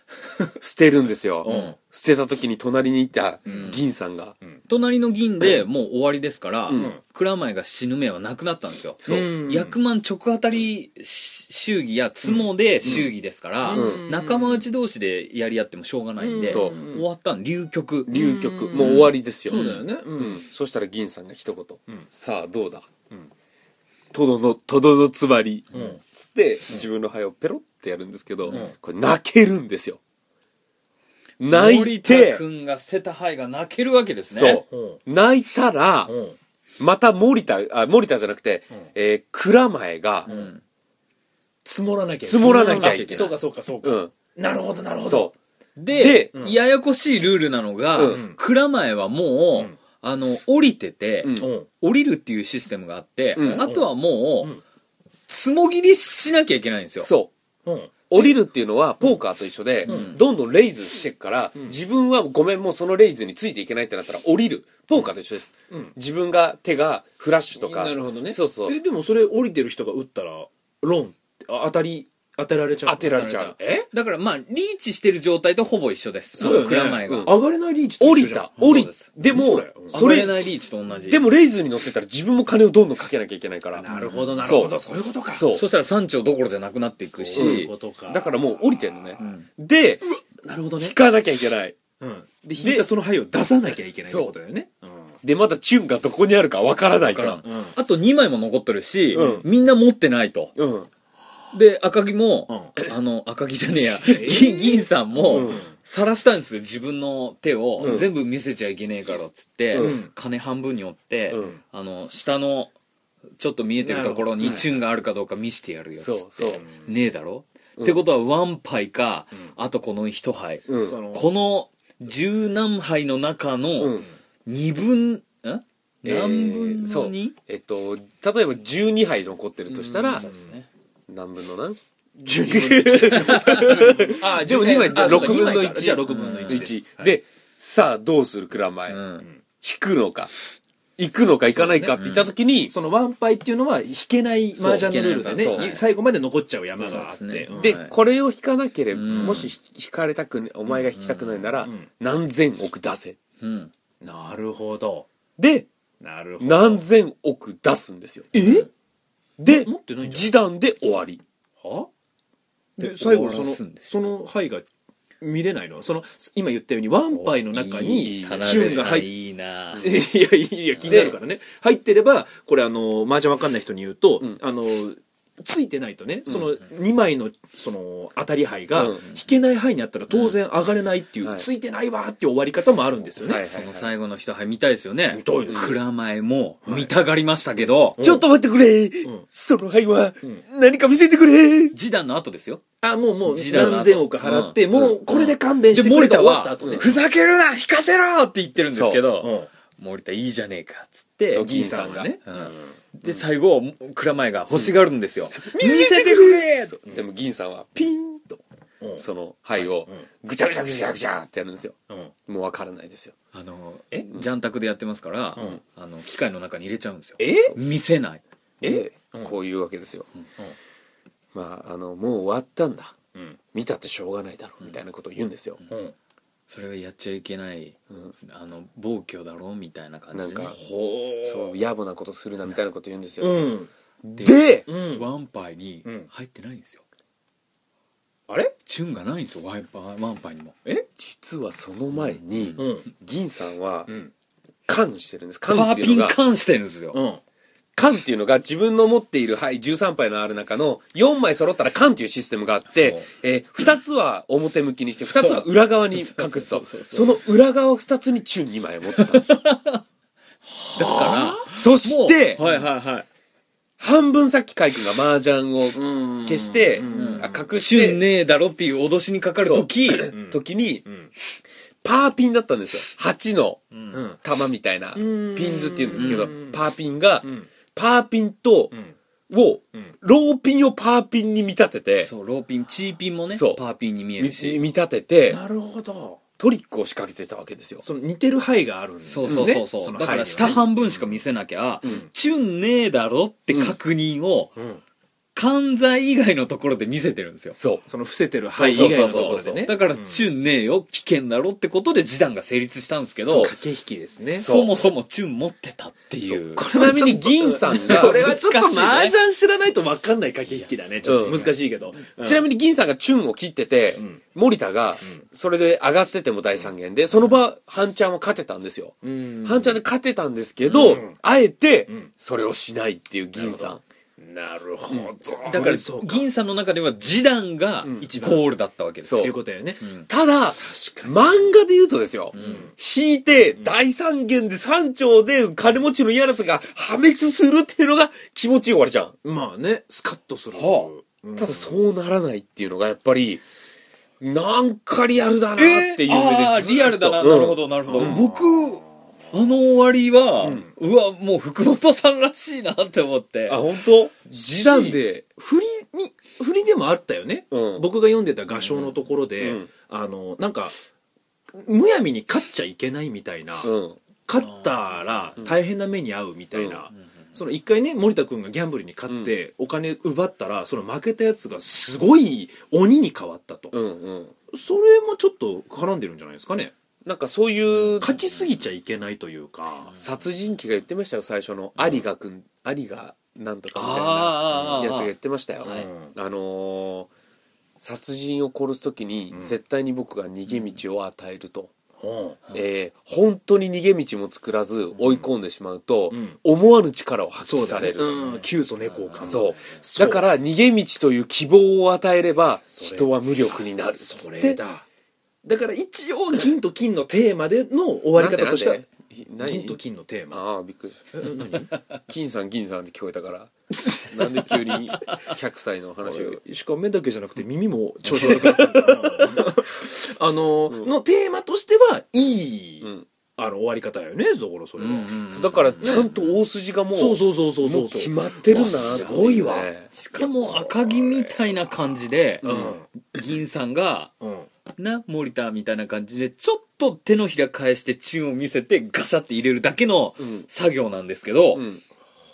[SPEAKER 1] 捨てるんですよ。
[SPEAKER 4] ん
[SPEAKER 1] 捨てた時に隣にいた銀さんが、
[SPEAKER 3] 隣の銀でもう終わりですから、
[SPEAKER 1] ん
[SPEAKER 3] 蔵前が死ぬ目はなくなったんですよ。
[SPEAKER 1] そう
[SPEAKER 4] うん
[SPEAKER 3] 役満直当たりし祝儀や相撲で祝儀ですから、
[SPEAKER 1] う
[SPEAKER 3] 仲間内同士でやり合ってもしょうがないんで、
[SPEAKER 1] うんそう
[SPEAKER 3] 終わったん流局
[SPEAKER 1] 流局、もう終わりですよ。
[SPEAKER 4] そうだよね、う
[SPEAKER 1] うんん、そしたら銀さんが一言「
[SPEAKER 4] ん
[SPEAKER 1] さあどうだ、とどのとどのつまり」
[SPEAKER 4] ん
[SPEAKER 1] つって自分の肺をペロってやるんですけど、
[SPEAKER 4] ん
[SPEAKER 1] これ泣けるんですよ泣
[SPEAKER 3] 森
[SPEAKER 1] い
[SPEAKER 3] 田
[SPEAKER 1] て、
[SPEAKER 3] 君が捨てた灰が泣けるわけです
[SPEAKER 1] そ
[SPEAKER 3] ね
[SPEAKER 1] う、泣いたら、
[SPEAKER 4] うん
[SPEAKER 1] また森田あ森田じゃなくて、えー蔵前が、
[SPEAKER 3] ん
[SPEAKER 4] 積もらなきゃ
[SPEAKER 1] 積もらなきゃいけない
[SPEAKER 4] あそうかそうかそうか、
[SPEAKER 1] うん
[SPEAKER 4] なるほどなるほど
[SPEAKER 1] そう
[SPEAKER 3] で
[SPEAKER 1] で
[SPEAKER 3] ややこしいルールなのが、
[SPEAKER 1] うん
[SPEAKER 3] 蔵前はもう、
[SPEAKER 4] ん
[SPEAKER 3] あの降りてて、
[SPEAKER 1] うん
[SPEAKER 4] ん
[SPEAKER 3] 降りるっていうシステムがあって、
[SPEAKER 1] うん
[SPEAKER 3] あとはもう、
[SPEAKER 4] うん
[SPEAKER 3] つもぎりしなきゃいけないんですよ
[SPEAKER 1] そう
[SPEAKER 4] うん
[SPEAKER 1] 降りるっていうのはポーカーと一緒で、どんどんレイズしてくから、自分はごめんもうそのレイズについていけないってなったら降りるポーカーと一緒です、
[SPEAKER 4] うん
[SPEAKER 1] 自分が手がフラッシュとか
[SPEAKER 4] なるほどね
[SPEAKER 1] そうそう
[SPEAKER 4] えでもそれ降りてる人が打ったらロンあ当たり当てられちゃう
[SPEAKER 1] 当てられちゃう
[SPEAKER 4] え
[SPEAKER 3] だからまあリーチしてる状態とほぼ一緒です
[SPEAKER 4] そうだよね
[SPEAKER 3] 蔵前が、
[SPEAKER 1] うん
[SPEAKER 4] 上がれないリーチと
[SPEAKER 1] 降
[SPEAKER 4] 一緒
[SPEAKER 1] り
[SPEAKER 4] じゃん
[SPEAKER 1] た降り
[SPEAKER 3] そうです
[SPEAKER 1] でも
[SPEAKER 4] それうん
[SPEAKER 1] そ
[SPEAKER 3] それ
[SPEAKER 1] れ
[SPEAKER 3] ないリーチと同じ
[SPEAKER 1] でもレイズに乗ってたら自分も金をどんどんかけなきゃいけないから
[SPEAKER 4] なるほどなるほど
[SPEAKER 1] そ
[SPEAKER 4] そういうことか
[SPEAKER 1] うそう
[SPEAKER 3] そしたら山頂どころじゃなくなっていく
[SPEAKER 4] そう
[SPEAKER 1] し
[SPEAKER 4] い
[SPEAKER 3] し
[SPEAKER 4] うことか
[SPEAKER 1] だからもう降りてんのね、
[SPEAKER 3] ん
[SPEAKER 1] で
[SPEAKER 4] なるほどね
[SPEAKER 1] 引かなきゃいけない
[SPEAKER 4] うんで引いたその牌を出さなきゃいけないってことだよね
[SPEAKER 1] でまだチューンがどこにあるかわからないから
[SPEAKER 3] うんあと2枚も残ってるし、
[SPEAKER 1] うん
[SPEAKER 3] みんな持ってないと
[SPEAKER 1] うん
[SPEAKER 3] で赤木も、 あの赤木じゃねえや銀銀さんも晒したんですよ自分の手を、
[SPEAKER 1] うん
[SPEAKER 3] 全部見せちゃいけねえからっつって、
[SPEAKER 1] うん
[SPEAKER 3] 金半分に折って、
[SPEAKER 1] うん
[SPEAKER 3] あの下のちょっと見えてるところにチューンがあるかどうか見してやるよっつって
[SPEAKER 1] そうそう
[SPEAKER 3] ねえだろ、ってことはワン杯か、あとこの一杯、
[SPEAKER 1] うん
[SPEAKER 4] その
[SPEAKER 3] この十何杯の中
[SPEAKER 1] う
[SPEAKER 3] の
[SPEAKER 1] ん
[SPEAKER 3] 二分、ん
[SPEAKER 1] えー
[SPEAKER 3] 何分の
[SPEAKER 1] そう
[SPEAKER 3] 2、
[SPEAKER 1] えっと例えば12杯残ってるとしたら、
[SPEAKER 3] そうですね
[SPEAKER 1] 何分の何12
[SPEAKER 4] あ
[SPEAKER 1] でも2枚
[SPEAKER 4] あそうか
[SPEAKER 1] 6分の
[SPEAKER 4] 二枚
[SPEAKER 1] 1
[SPEAKER 4] かじゃあ6分の1です
[SPEAKER 1] でさあどうする蔵前、
[SPEAKER 3] う
[SPEAKER 1] 引
[SPEAKER 3] ん
[SPEAKER 1] くのか行くのか行かないかって言った時に、
[SPEAKER 4] そのワンパイっていうのは引けない麻雀のルー
[SPEAKER 3] そう引け
[SPEAKER 4] ルでね、
[SPEAKER 3] ないからそう
[SPEAKER 4] 最後まで残っちゃう山があっ
[SPEAKER 3] そうで
[SPEAKER 4] て
[SPEAKER 3] すね
[SPEAKER 1] で、
[SPEAKER 3] はい
[SPEAKER 1] これを引かなければ、
[SPEAKER 3] ん
[SPEAKER 1] もし引かれたくね、お前が引きたくないなら、
[SPEAKER 4] ん
[SPEAKER 1] 何千億出せ。
[SPEAKER 3] うん。
[SPEAKER 4] うんなるほど
[SPEAKER 1] で、
[SPEAKER 4] なるほど
[SPEAKER 1] 何千億出すんですよ。
[SPEAKER 4] え
[SPEAKER 1] で
[SPEAKER 4] 持ってない、んじ
[SPEAKER 1] 示談で終わり。
[SPEAKER 4] はで
[SPEAKER 3] で
[SPEAKER 4] 最後そ
[SPEAKER 3] 終わ
[SPEAKER 4] の
[SPEAKER 3] らすんです
[SPEAKER 4] その牌が見れないのその今言ったようにワンパイの中
[SPEAKER 3] いい
[SPEAKER 4] に
[SPEAKER 3] 田辺さん
[SPEAKER 4] 旬が入って
[SPEAKER 3] いい な
[SPEAKER 4] いやいやいや気になるからね入ってればこれあの麻雀わかんない人に言うと、
[SPEAKER 1] ん
[SPEAKER 4] あのついてないとねその2枚のその当たり牌が
[SPEAKER 1] うん
[SPEAKER 4] 引けない牌にあったら当然上がれないっていう、
[SPEAKER 1] はい
[SPEAKER 4] ついてないわーっていう終わり方もあるんですよね、
[SPEAKER 1] はい
[SPEAKER 3] その最後の人、はい、見たいですよね。
[SPEAKER 4] 見たいです
[SPEAKER 3] 蔵前も見たがりましたけど、
[SPEAKER 1] ちょっと待ってくれ、
[SPEAKER 4] ん
[SPEAKER 1] その灰は、何か見せてくれ、
[SPEAKER 3] 示談の後ですよ。
[SPEAKER 4] あもうもう
[SPEAKER 3] 時代の後
[SPEAKER 4] 何千億払って、
[SPEAKER 3] うん
[SPEAKER 4] もうこれで勘弁し
[SPEAKER 3] で、
[SPEAKER 4] てくれ
[SPEAKER 3] 森
[SPEAKER 4] た
[SPEAKER 3] 田
[SPEAKER 4] 終わった
[SPEAKER 3] は
[SPEAKER 4] 後、ね、
[SPEAKER 3] ふざけるな引かせろって言ってるんですけど、
[SPEAKER 4] うん
[SPEAKER 3] 森田いいじゃねえかっつって、
[SPEAKER 1] そう
[SPEAKER 4] 銀さんがね
[SPEAKER 3] うんで、最後、蔵前が欲しがるんですよ。
[SPEAKER 1] 見せてくれでも銀さんはピーンと、
[SPEAKER 4] うん
[SPEAKER 1] その灰をぐちゃぐちゃぐちゃぐちゃってやるんですよ。
[SPEAKER 4] うん
[SPEAKER 1] もうわからないですよ。
[SPEAKER 3] あの、えジャンタクでやってますから、あの、機械の中に入れちゃうんですよ。
[SPEAKER 4] え
[SPEAKER 3] 見せない。
[SPEAKER 1] で、こういうわけですよ。まあ、あの、もう終わったんだ。
[SPEAKER 4] ん
[SPEAKER 1] 見たってしょうがないだろう、みたいなことを言うんですよ。
[SPEAKER 4] うん
[SPEAKER 3] それはやっちゃいけない、あの、暴挙だろうみたいな感じで、
[SPEAKER 1] なんか
[SPEAKER 4] ほ
[SPEAKER 1] そう、野暮なことするな、みたいなこと言うんです
[SPEAKER 4] う
[SPEAKER 1] よ。
[SPEAKER 4] うん
[SPEAKER 1] で、
[SPEAKER 4] うん
[SPEAKER 3] ワンパイに
[SPEAKER 4] うん
[SPEAKER 3] 入ってないんですよ。
[SPEAKER 4] あれ
[SPEAKER 3] チュンがないんですよ、ワンパイワンパイにも。
[SPEAKER 4] え
[SPEAKER 1] 実はその前に、
[SPEAKER 4] うん
[SPEAKER 1] 銀さんは
[SPEAKER 4] ん、
[SPEAKER 1] 缶してるんです。
[SPEAKER 3] パ
[SPEAKER 1] 缶っ
[SPEAKER 3] ー
[SPEAKER 1] てい
[SPEAKER 3] ピ
[SPEAKER 1] う
[SPEAKER 3] ン
[SPEAKER 1] のが、
[SPEAKER 3] カンしてるんですよ。
[SPEAKER 4] うん
[SPEAKER 1] 缶っていうのが自分の持っている牌、13牌のある中の4枚揃ったら缶っていうシステムがあって、えー、2つは表向きにして、2つは裏側に隠すと。その裏側2つにチュン2枚を持 ってたんですよ。
[SPEAKER 3] だか
[SPEAKER 1] そ
[SPEAKER 3] ら、も
[SPEAKER 1] し
[SPEAKER 3] う
[SPEAKER 1] て、
[SPEAKER 3] はいはいはい。
[SPEAKER 1] 半分さっき海君が麻雀を
[SPEAKER 4] うん
[SPEAKER 1] 消して、あ隠
[SPEAKER 3] チ
[SPEAKER 1] して、
[SPEAKER 3] ュンねえだろっていう脅しにかかる時、
[SPEAKER 1] 時に、パーピンだったんですよ。8の
[SPEAKER 4] ん
[SPEAKER 1] 玉みたいな、ピ
[SPEAKER 4] ん
[SPEAKER 1] ンズって言うんですけ
[SPEAKER 4] う
[SPEAKER 1] ど
[SPEAKER 4] ん、
[SPEAKER 1] パーピンが
[SPEAKER 4] ん、
[SPEAKER 1] パーピンと、
[SPEAKER 4] ん
[SPEAKER 1] を
[SPEAKER 4] ん、
[SPEAKER 1] ローピンをパーピンに見立てて、
[SPEAKER 3] そう、ローピン、チーピンもね、
[SPEAKER 1] そう
[SPEAKER 3] パーピンに見え
[SPEAKER 1] み
[SPEAKER 3] るし。
[SPEAKER 1] 見立てて、
[SPEAKER 4] なるほど
[SPEAKER 1] トリックを仕掛けてたわけですよ。
[SPEAKER 4] その似てる牌があるんです
[SPEAKER 3] そ
[SPEAKER 4] ね
[SPEAKER 3] うそうそうそう、
[SPEAKER 4] その
[SPEAKER 3] だか
[SPEAKER 4] 牌には
[SPEAKER 3] ら
[SPEAKER 4] ね
[SPEAKER 3] 下半分しか見せなきゃ、チュンねえだろって確認を、
[SPEAKER 4] ん
[SPEAKER 3] 関西以外のところで見せてるんですよ。
[SPEAKER 1] そう。
[SPEAKER 4] その伏せてる牌以外のところでね
[SPEAKER 3] だから、チュンねえよ、危険だろってことで示談が成立したんですけ
[SPEAKER 4] そう
[SPEAKER 3] ど、
[SPEAKER 4] 駆け引きですね
[SPEAKER 3] そもそもチュン持ってたっていう。
[SPEAKER 1] ちなみに銀さんが、
[SPEAKER 4] これはちょっと
[SPEAKER 3] 難しいね
[SPEAKER 4] 麻雀知らないと分かんない駆け引きだねちょっと難しいけど
[SPEAKER 1] ちなみに銀さんがチュンを切ってて、森田が、それで上がってても第三弦で、その場、半ちゃんは勝てたんですよ。
[SPEAKER 4] に
[SPEAKER 1] 半ちゃんで勝てたんですけど、
[SPEAKER 4] うん
[SPEAKER 1] あえて
[SPEAKER 4] ん、
[SPEAKER 1] それをしないっていう銀さん。
[SPEAKER 4] なるほど
[SPEAKER 3] だから
[SPEAKER 4] そう、か
[SPEAKER 3] 銀さんの中では示談が一番ゴールだったわけです
[SPEAKER 1] そ
[SPEAKER 3] よ。
[SPEAKER 4] っていうことだよね
[SPEAKER 1] ただ、漫画で言うとですよ、引いて、第三弦で三丁で金持ちの嫌な奴が破滅するっていうのが気持ちいい終わりじゃん。
[SPEAKER 4] まあねスカッとする
[SPEAKER 1] はただそうならないっていうのがやっぱり、なんかリアルだなっていう目でずっと、
[SPEAKER 3] あーリアルだな、
[SPEAKER 1] うん
[SPEAKER 3] なるほど、なるほど。僕、あの終わりは、うわ、もう福本さんらしいなって思って。
[SPEAKER 1] あ、本当示談で、
[SPEAKER 4] 振りに振りでもあったよね、
[SPEAKER 1] うん
[SPEAKER 4] 僕が読んでた画商のところで、
[SPEAKER 1] うんうん
[SPEAKER 4] あのなんかむやみに勝っちゃいけないみたいな、
[SPEAKER 1] うん。
[SPEAKER 4] 勝ったら大変な目に遭うみたいな、その一回ね森田君がギャンブルに勝ってお金奪ったらその負けたやつがすごい鬼に変わったと、
[SPEAKER 1] うんうん。
[SPEAKER 4] それもちょっと絡んでるんじゃないですかね
[SPEAKER 1] なんかそういう、
[SPEAKER 4] 勝ちすぎちゃいけないというか、
[SPEAKER 1] 殺人鬼が言ってましたよ、最初の。有賀くん、有賀なんとかみたいな。
[SPEAKER 3] あーあー、
[SPEAKER 1] やつ
[SPEAKER 3] あ
[SPEAKER 1] が
[SPEAKER 3] ー
[SPEAKER 1] 言ってましたよ、
[SPEAKER 3] はい
[SPEAKER 1] あのー殺人を殺す時に絶対に僕が逃げ道を与えると、
[SPEAKER 4] うん
[SPEAKER 1] えー本当に逃げ道も作らず追い込んでしまうと、
[SPEAKER 4] うん
[SPEAKER 1] 思わぬ力を発揮
[SPEAKER 4] そう
[SPEAKER 1] さ
[SPEAKER 4] だ
[SPEAKER 1] れ
[SPEAKER 4] ね
[SPEAKER 1] る
[SPEAKER 4] うん急須猫を噛む
[SPEAKER 1] そう
[SPEAKER 4] そう
[SPEAKER 1] だから逃げ道という希望を与えれば
[SPEAKER 4] れ
[SPEAKER 1] 人は無力になる
[SPEAKER 4] それだだから一応銀と金のテーマでの終わり方としては
[SPEAKER 1] 何
[SPEAKER 4] 銀と金のテーマ
[SPEAKER 1] ああびっくりした 金さん銀さんって聞こえたからなんで急に100歳の話を
[SPEAKER 4] しかも目だけじゃなくて耳も調子悪くなってるあの、のテーマとしてはいい、
[SPEAKER 1] ん
[SPEAKER 4] あの終わり方よねだからそれは、
[SPEAKER 1] そうだからちゃんと大筋がもう
[SPEAKER 4] そうそうそうそうそう
[SPEAKER 1] もう決まってるな
[SPEAKER 4] わ
[SPEAKER 1] って
[SPEAKER 4] す
[SPEAKER 1] いうね
[SPEAKER 4] ごいわ、
[SPEAKER 3] しかも赤木みたいな感じで、
[SPEAKER 4] ん
[SPEAKER 3] 銀さんが、
[SPEAKER 4] うん
[SPEAKER 3] な、森田みたいな感じで、ちょっと手のひら返してチンを見せてガシャって入れるだけの
[SPEAKER 1] うん
[SPEAKER 3] 作業なんですけど、
[SPEAKER 1] うん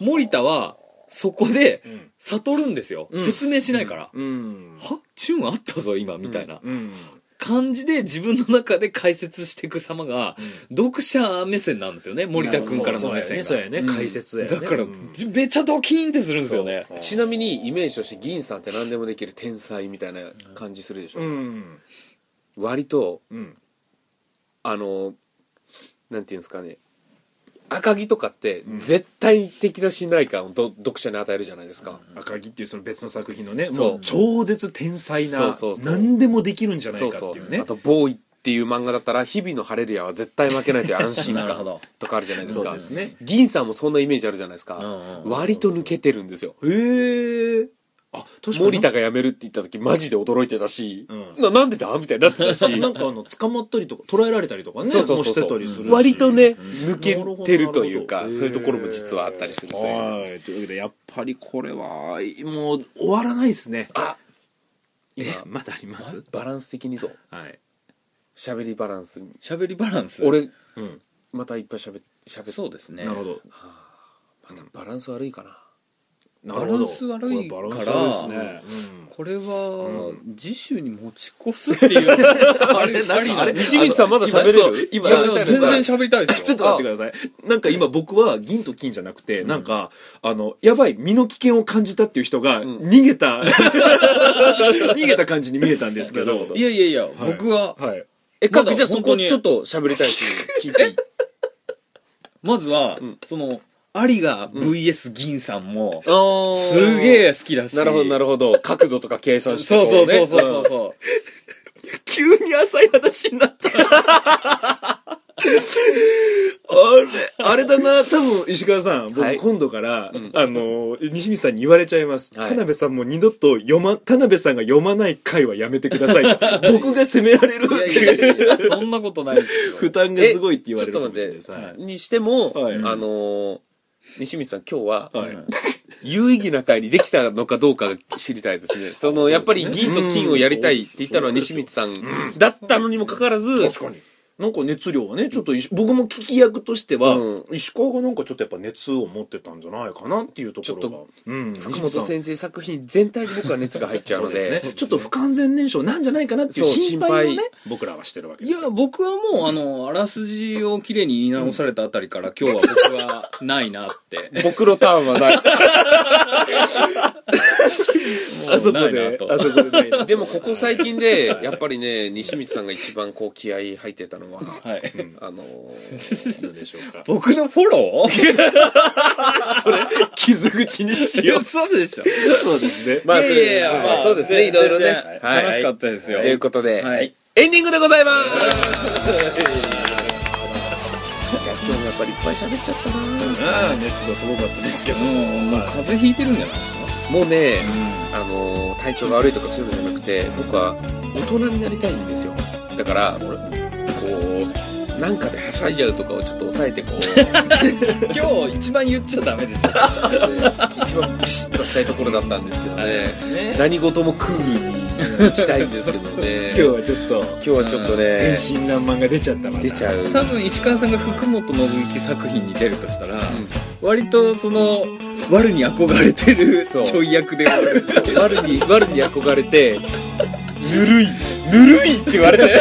[SPEAKER 3] 森田はそこで
[SPEAKER 4] ん
[SPEAKER 3] 悟るんですよ。説明しないから。
[SPEAKER 4] うん
[SPEAKER 3] はチュンあったぞ、今、みたいな
[SPEAKER 4] うん
[SPEAKER 3] 感じで自分の中で解説していく様が、読者目線なんですよね、森田くんからの目線
[SPEAKER 4] そうや
[SPEAKER 3] が。
[SPEAKER 4] ね解説やね
[SPEAKER 3] だから
[SPEAKER 4] うん、
[SPEAKER 3] めちゃドキーンってするんですよね。
[SPEAKER 1] ちなみにイメージとして銀さんって何でもできる天才みたいな感じするでしょ、
[SPEAKER 4] うん
[SPEAKER 1] 割と
[SPEAKER 4] うん
[SPEAKER 1] あのなんていうんですかね赤木とかって絶対的な信頼感をど読者に与えるじゃないですか、
[SPEAKER 4] 赤木っていうその別の作品のね
[SPEAKER 1] そう
[SPEAKER 4] もう超絶天才
[SPEAKER 1] そ
[SPEAKER 4] な
[SPEAKER 1] うそうそう
[SPEAKER 4] 何でもできるんじゃな
[SPEAKER 1] そ
[SPEAKER 4] いうか
[SPEAKER 1] そ
[SPEAKER 4] っ
[SPEAKER 1] う
[SPEAKER 4] ていうね
[SPEAKER 1] あと「ボーイ」っていう漫画だったら「日々の晴れるや」は絶対負けないという安心
[SPEAKER 3] なるほ
[SPEAKER 1] 感
[SPEAKER 3] ど
[SPEAKER 1] とかあるじゃないです
[SPEAKER 4] そう
[SPEAKER 1] か
[SPEAKER 4] ですね
[SPEAKER 1] 銀さんもそんなイメージあるじゃないですか、
[SPEAKER 3] うんうん
[SPEAKER 1] 割と抜けてるんですよ
[SPEAKER 4] へえあ確かに
[SPEAKER 1] 森田が辞めるって言った時マジで驚いてたし、
[SPEAKER 4] うん
[SPEAKER 1] ななんでだみたいになってたし
[SPEAKER 4] なんかあの捕まったりとか捉えられたりとかね
[SPEAKER 1] そうそう
[SPEAKER 4] も
[SPEAKER 1] そう
[SPEAKER 4] して
[SPEAKER 1] そ
[SPEAKER 4] た
[SPEAKER 1] う
[SPEAKER 4] りするし
[SPEAKER 1] 割とね抜
[SPEAKER 4] な
[SPEAKER 1] け
[SPEAKER 4] るほど
[SPEAKER 1] てるという
[SPEAKER 4] な
[SPEAKER 1] か
[SPEAKER 4] るほど
[SPEAKER 1] そういうところも実はあったりするというですね
[SPEAKER 4] はいというわけでやっぱりこれはもう終わらないですね
[SPEAKER 1] あ今
[SPEAKER 4] まだあります
[SPEAKER 1] バランス的にどう
[SPEAKER 4] はい
[SPEAKER 1] 喋りバランス
[SPEAKER 3] 喋りバランス。、
[SPEAKER 1] 俺
[SPEAKER 4] うん
[SPEAKER 1] またいっぱい喋喋
[SPEAKER 3] そうですね。
[SPEAKER 4] なるほど
[SPEAKER 1] またバランス悪いかな
[SPEAKER 4] なるほど
[SPEAKER 3] バランス悪い
[SPEAKER 4] これバランス悪いですね
[SPEAKER 3] これは、次週に持ち越すって いう。あれ、なりなの
[SPEAKER 1] 西光さんまだ喋れる
[SPEAKER 3] いや、全然喋りたいで
[SPEAKER 4] うんち
[SPEAKER 3] す
[SPEAKER 4] ょ
[SPEAKER 3] よ。
[SPEAKER 4] っと待ってくださいなんか今僕は銀と金じゃなくてなんかあのやばい身の危険を感じたっていう人が逃げた 逃げた感じに見えたんですけど
[SPEAKER 3] いやいやいや、僕は、
[SPEAKER 4] はい
[SPEAKER 1] え
[SPEAKER 3] まだ
[SPEAKER 1] かじゃあそこ
[SPEAKER 3] 本当に
[SPEAKER 1] ちょっと喋りたいし聞いていい
[SPEAKER 3] まずは、その、アリが VS 銀さんも、
[SPEAKER 1] あ
[SPEAKER 3] すげえ好きだし。
[SPEAKER 1] なるほどな
[SPEAKER 3] る
[SPEAKER 1] るほど角度とか計算して
[SPEAKER 3] そうそうそうそうそう
[SPEAKER 1] こ
[SPEAKER 3] そ
[SPEAKER 5] 急に浅い話になった。
[SPEAKER 4] あれだな、多分、石川さん、
[SPEAKER 1] は
[SPEAKER 4] 僕
[SPEAKER 1] い
[SPEAKER 4] 今度から、あの、西光さんに言われちゃいます。
[SPEAKER 1] はい
[SPEAKER 4] 田辺さんも二度と読ま、田辺さんが読まない回はやめてください。僕が責められる
[SPEAKER 3] う。いやいやいや、そんなことないです
[SPEAKER 4] 負
[SPEAKER 3] よ。
[SPEAKER 4] 担がすごいって言われる
[SPEAKER 1] えちょっと待って
[SPEAKER 4] かもしれないです
[SPEAKER 1] うんにしても、
[SPEAKER 4] はい
[SPEAKER 1] あのー西光さん今日は
[SPEAKER 4] はい
[SPEAKER 1] 有意義な会にできたのかどうかが知りたいですね。そのやっぱり銀と金をやりたいって言ったのは西光さんだったのにもかかわらず、
[SPEAKER 4] 確かに。なんか熱量はね、ちょっと石、僕も聞き役としては、
[SPEAKER 1] うん
[SPEAKER 4] 石川がなんかちょっとやっぱ熱を持ってたんじゃないかなっていうところが。
[SPEAKER 1] ちょっ
[SPEAKER 4] うん、
[SPEAKER 1] 福
[SPEAKER 4] 西
[SPEAKER 1] 本
[SPEAKER 4] 光さん
[SPEAKER 1] 先生作品全体に僕は熱が入っちゃうの
[SPEAKER 4] そう
[SPEAKER 1] で、
[SPEAKER 4] すねちょっと不完全燃焼なんじゃないかなっていう
[SPEAKER 1] そう
[SPEAKER 4] 心配を
[SPEAKER 1] 心
[SPEAKER 4] ね
[SPEAKER 1] 配、
[SPEAKER 4] 僕らはしてるわけ
[SPEAKER 3] い
[SPEAKER 4] ですよ。
[SPEAKER 3] や、僕はもう、あの、あらすじを綺麗に言い直されたあたり から、今日は僕はないな って。
[SPEAKER 1] 僕のターンはない。
[SPEAKER 4] あそこ
[SPEAKER 3] ないな
[SPEAKER 4] で、
[SPEAKER 3] と
[SPEAKER 4] あそこでないな。
[SPEAKER 1] でもここ最近で、やっぱりね、西光さんが一番こう気合い入ってたのは、
[SPEAKER 3] はい。
[SPEAKER 1] あのー
[SPEAKER 4] どうでしょうか。
[SPEAKER 3] 僕のフォロー
[SPEAKER 4] 傷口にしよう。
[SPEAKER 3] そうでしょ。
[SPEAKER 4] そうですね。
[SPEAKER 1] まあ、
[SPEAKER 3] いやいやいや
[SPEAKER 1] とうこと
[SPEAKER 3] ま
[SPEAKER 1] で
[SPEAKER 3] あ
[SPEAKER 1] そうですね、い
[SPEAKER 3] 全然
[SPEAKER 1] ろいろね。はい
[SPEAKER 3] 楽しかったですよ
[SPEAKER 1] と。いうことで、
[SPEAKER 3] はい
[SPEAKER 1] エンディングでございますいや今日もやっぱりいっぱい喋っちゃったな
[SPEAKER 4] ああ熱がすごかったですけど、
[SPEAKER 3] もう、風邪ひいてるんじゃないですか
[SPEAKER 1] もうね、あのー体調が悪いとかそういうのじゃなくて僕は大人になりたいんですよだから俺こうなんかではしゃいじゃうとかをちょっと抑え てこう
[SPEAKER 3] 今日一番言っちゃダメでしょ。
[SPEAKER 1] 一番ピシッとしたいところだったんですけどね
[SPEAKER 3] ね
[SPEAKER 1] 何事もクールに行きたいんですけどね
[SPEAKER 4] 今日はちょっと
[SPEAKER 1] 今日はちょっと
[SPEAKER 4] 天
[SPEAKER 1] ね
[SPEAKER 4] 真爛漫が出ちゃったわ
[SPEAKER 1] 出ちゃう
[SPEAKER 3] 多分石川さんが福本信之作品に出るとしたら、
[SPEAKER 1] ん
[SPEAKER 3] 割とその悪に憧れてるち
[SPEAKER 1] そう
[SPEAKER 3] ょい役で終わる
[SPEAKER 1] 悪に悪に憧れてぬるいぬるいって言われて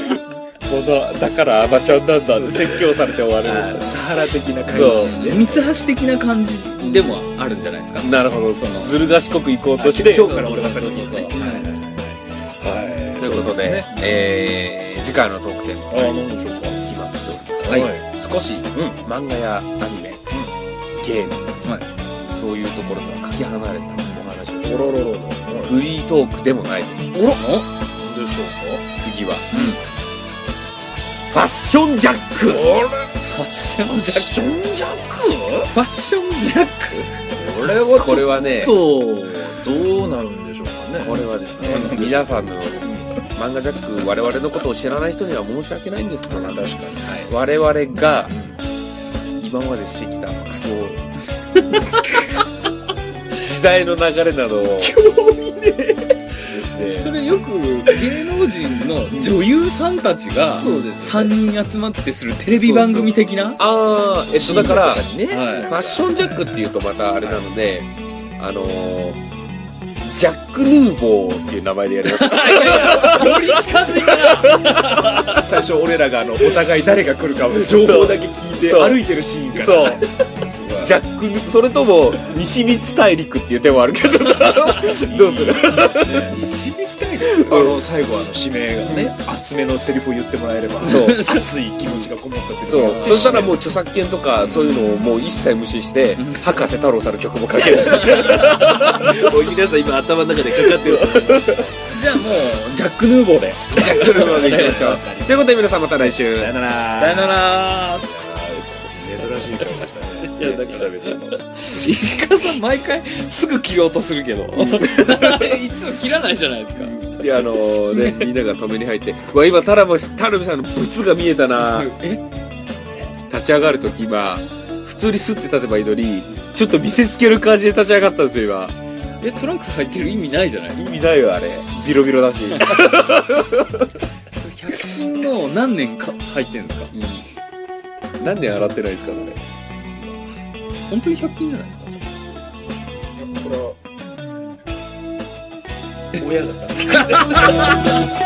[SPEAKER 1] このだからアマちゃんなんだって説教されて終わる
[SPEAKER 4] サハラ的な感じ
[SPEAKER 1] そう
[SPEAKER 3] 三橋的な感じでもあるんじゃないですか、
[SPEAKER 1] なるほどそのずる賢く行こうとして
[SPEAKER 4] 今日から俺がされてる
[SPEAKER 3] そうそうそうはい
[SPEAKER 4] はい
[SPEAKER 1] ということでえー次回のトークテーマ
[SPEAKER 4] ああ何でしょうか
[SPEAKER 1] 決まっております
[SPEAKER 4] はい
[SPEAKER 1] 少し、漫画やアニメ、ゲーム、
[SPEAKER 3] はい
[SPEAKER 1] そういうところとはかけ離れたお話をして
[SPEAKER 4] おろろろろ
[SPEAKER 1] フリートークでもないです
[SPEAKER 3] お
[SPEAKER 4] 何でしょう
[SPEAKER 1] 次は、
[SPEAKER 3] ん
[SPEAKER 1] ファッションジャック
[SPEAKER 3] ファッションジャッ
[SPEAKER 4] ョンジャッ
[SPEAKER 3] クファッションジャッ
[SPEAKER 4] クこれは
[SPEAKER 1] これはね
[SPEAKER 4] とどうなるんでしょうかね
[SPEAKER 1] これはですね皆さんの漫画ジャック我々のことを知らない人には申し訳ないんですから
[SPEAKER 4] 確か
[SPEAKER 1] 我々が今までしてきた服装時代の流れなどを興味ね
[SPEAKER 5] で
[SPEAKER 3] それよく芸能人の女優さんたちが
[SPEAKER 5] そうです
[SPEAKER 3] 3人集まってするテレビ番組的な
[SPEAKER 1] ああえっとだからフ
[SPEAKER 5] ね、
[SPEAKER 3] はい
[SPEAKER 1] ァッションジャックっていうとまたあれなのであのージャック・ヌーボーっていう名前でやりました
[SPEAKER 3] より近づいたな
[SPEAKER 4] 最初俺らがあのお互い誰が来るかを 情報だけ聞いて
[SPEAKER 1] そう
[SPEAKER 4] 歩いてるシーンから
[SPEAKER 1] そうジャックヌそれとも西光大陸っていう手もあるけどどうする
[SPEAKER 4] あの最後あの指名がね厚めのセリフを言ってもらえれば
[SPEAKER 1] そう
[SPEAKER 4] 熱い気持ちがこもったセリフ
[SPEAKER 1] そう
[SPEAKER 4] が
[SPEAKER 1] そしたらもう著作権とかそういうのをもう一切無視して博士太郎さんの曲もかける
[SPEAKER 5] もう皆さん今頭の中でかかって る
[SPEAKER 3] じゃあもうジャック・ヌーボーで
[SPEAKER 1] ジャックヌーボーでいきましょうということで皆さんまた来週
[SPEAKER 4] さよなら
[SPEAKER 3] さよなら
[SPEAKER 4] 珍しい顔でしたね
[SPEAKER 3] いやだから
[SPEAKER 4] 久々に
[SPEAKER 3] 石川さん毎回すぐ切ろうとするけ どいつも切らないじゃないですか
[SPEAKER 1] いやあのーねみんなが止めに入ってうわ今タラボタルミさんのブツが見えたな
[SPEAKER 3] え
[SPEAKER 1] 立ち上がるとき今普通にスッて立てばいいのにちょっと見せつける感じで立ち上がったんですよ今
[SPEAKER 3] えトランクス履いてる意味ないじゃないです
[SPEAKER 1] 意味ないよあれビロビロだし、
[SPEAKER 3] か100均の何年か履いてるんですか
[SPEAKER 1] うん、何年洗ってないですかそれ
[SPEAKER 3] 本当に100均じゃないですか
[SPEAKER 4] これは親だから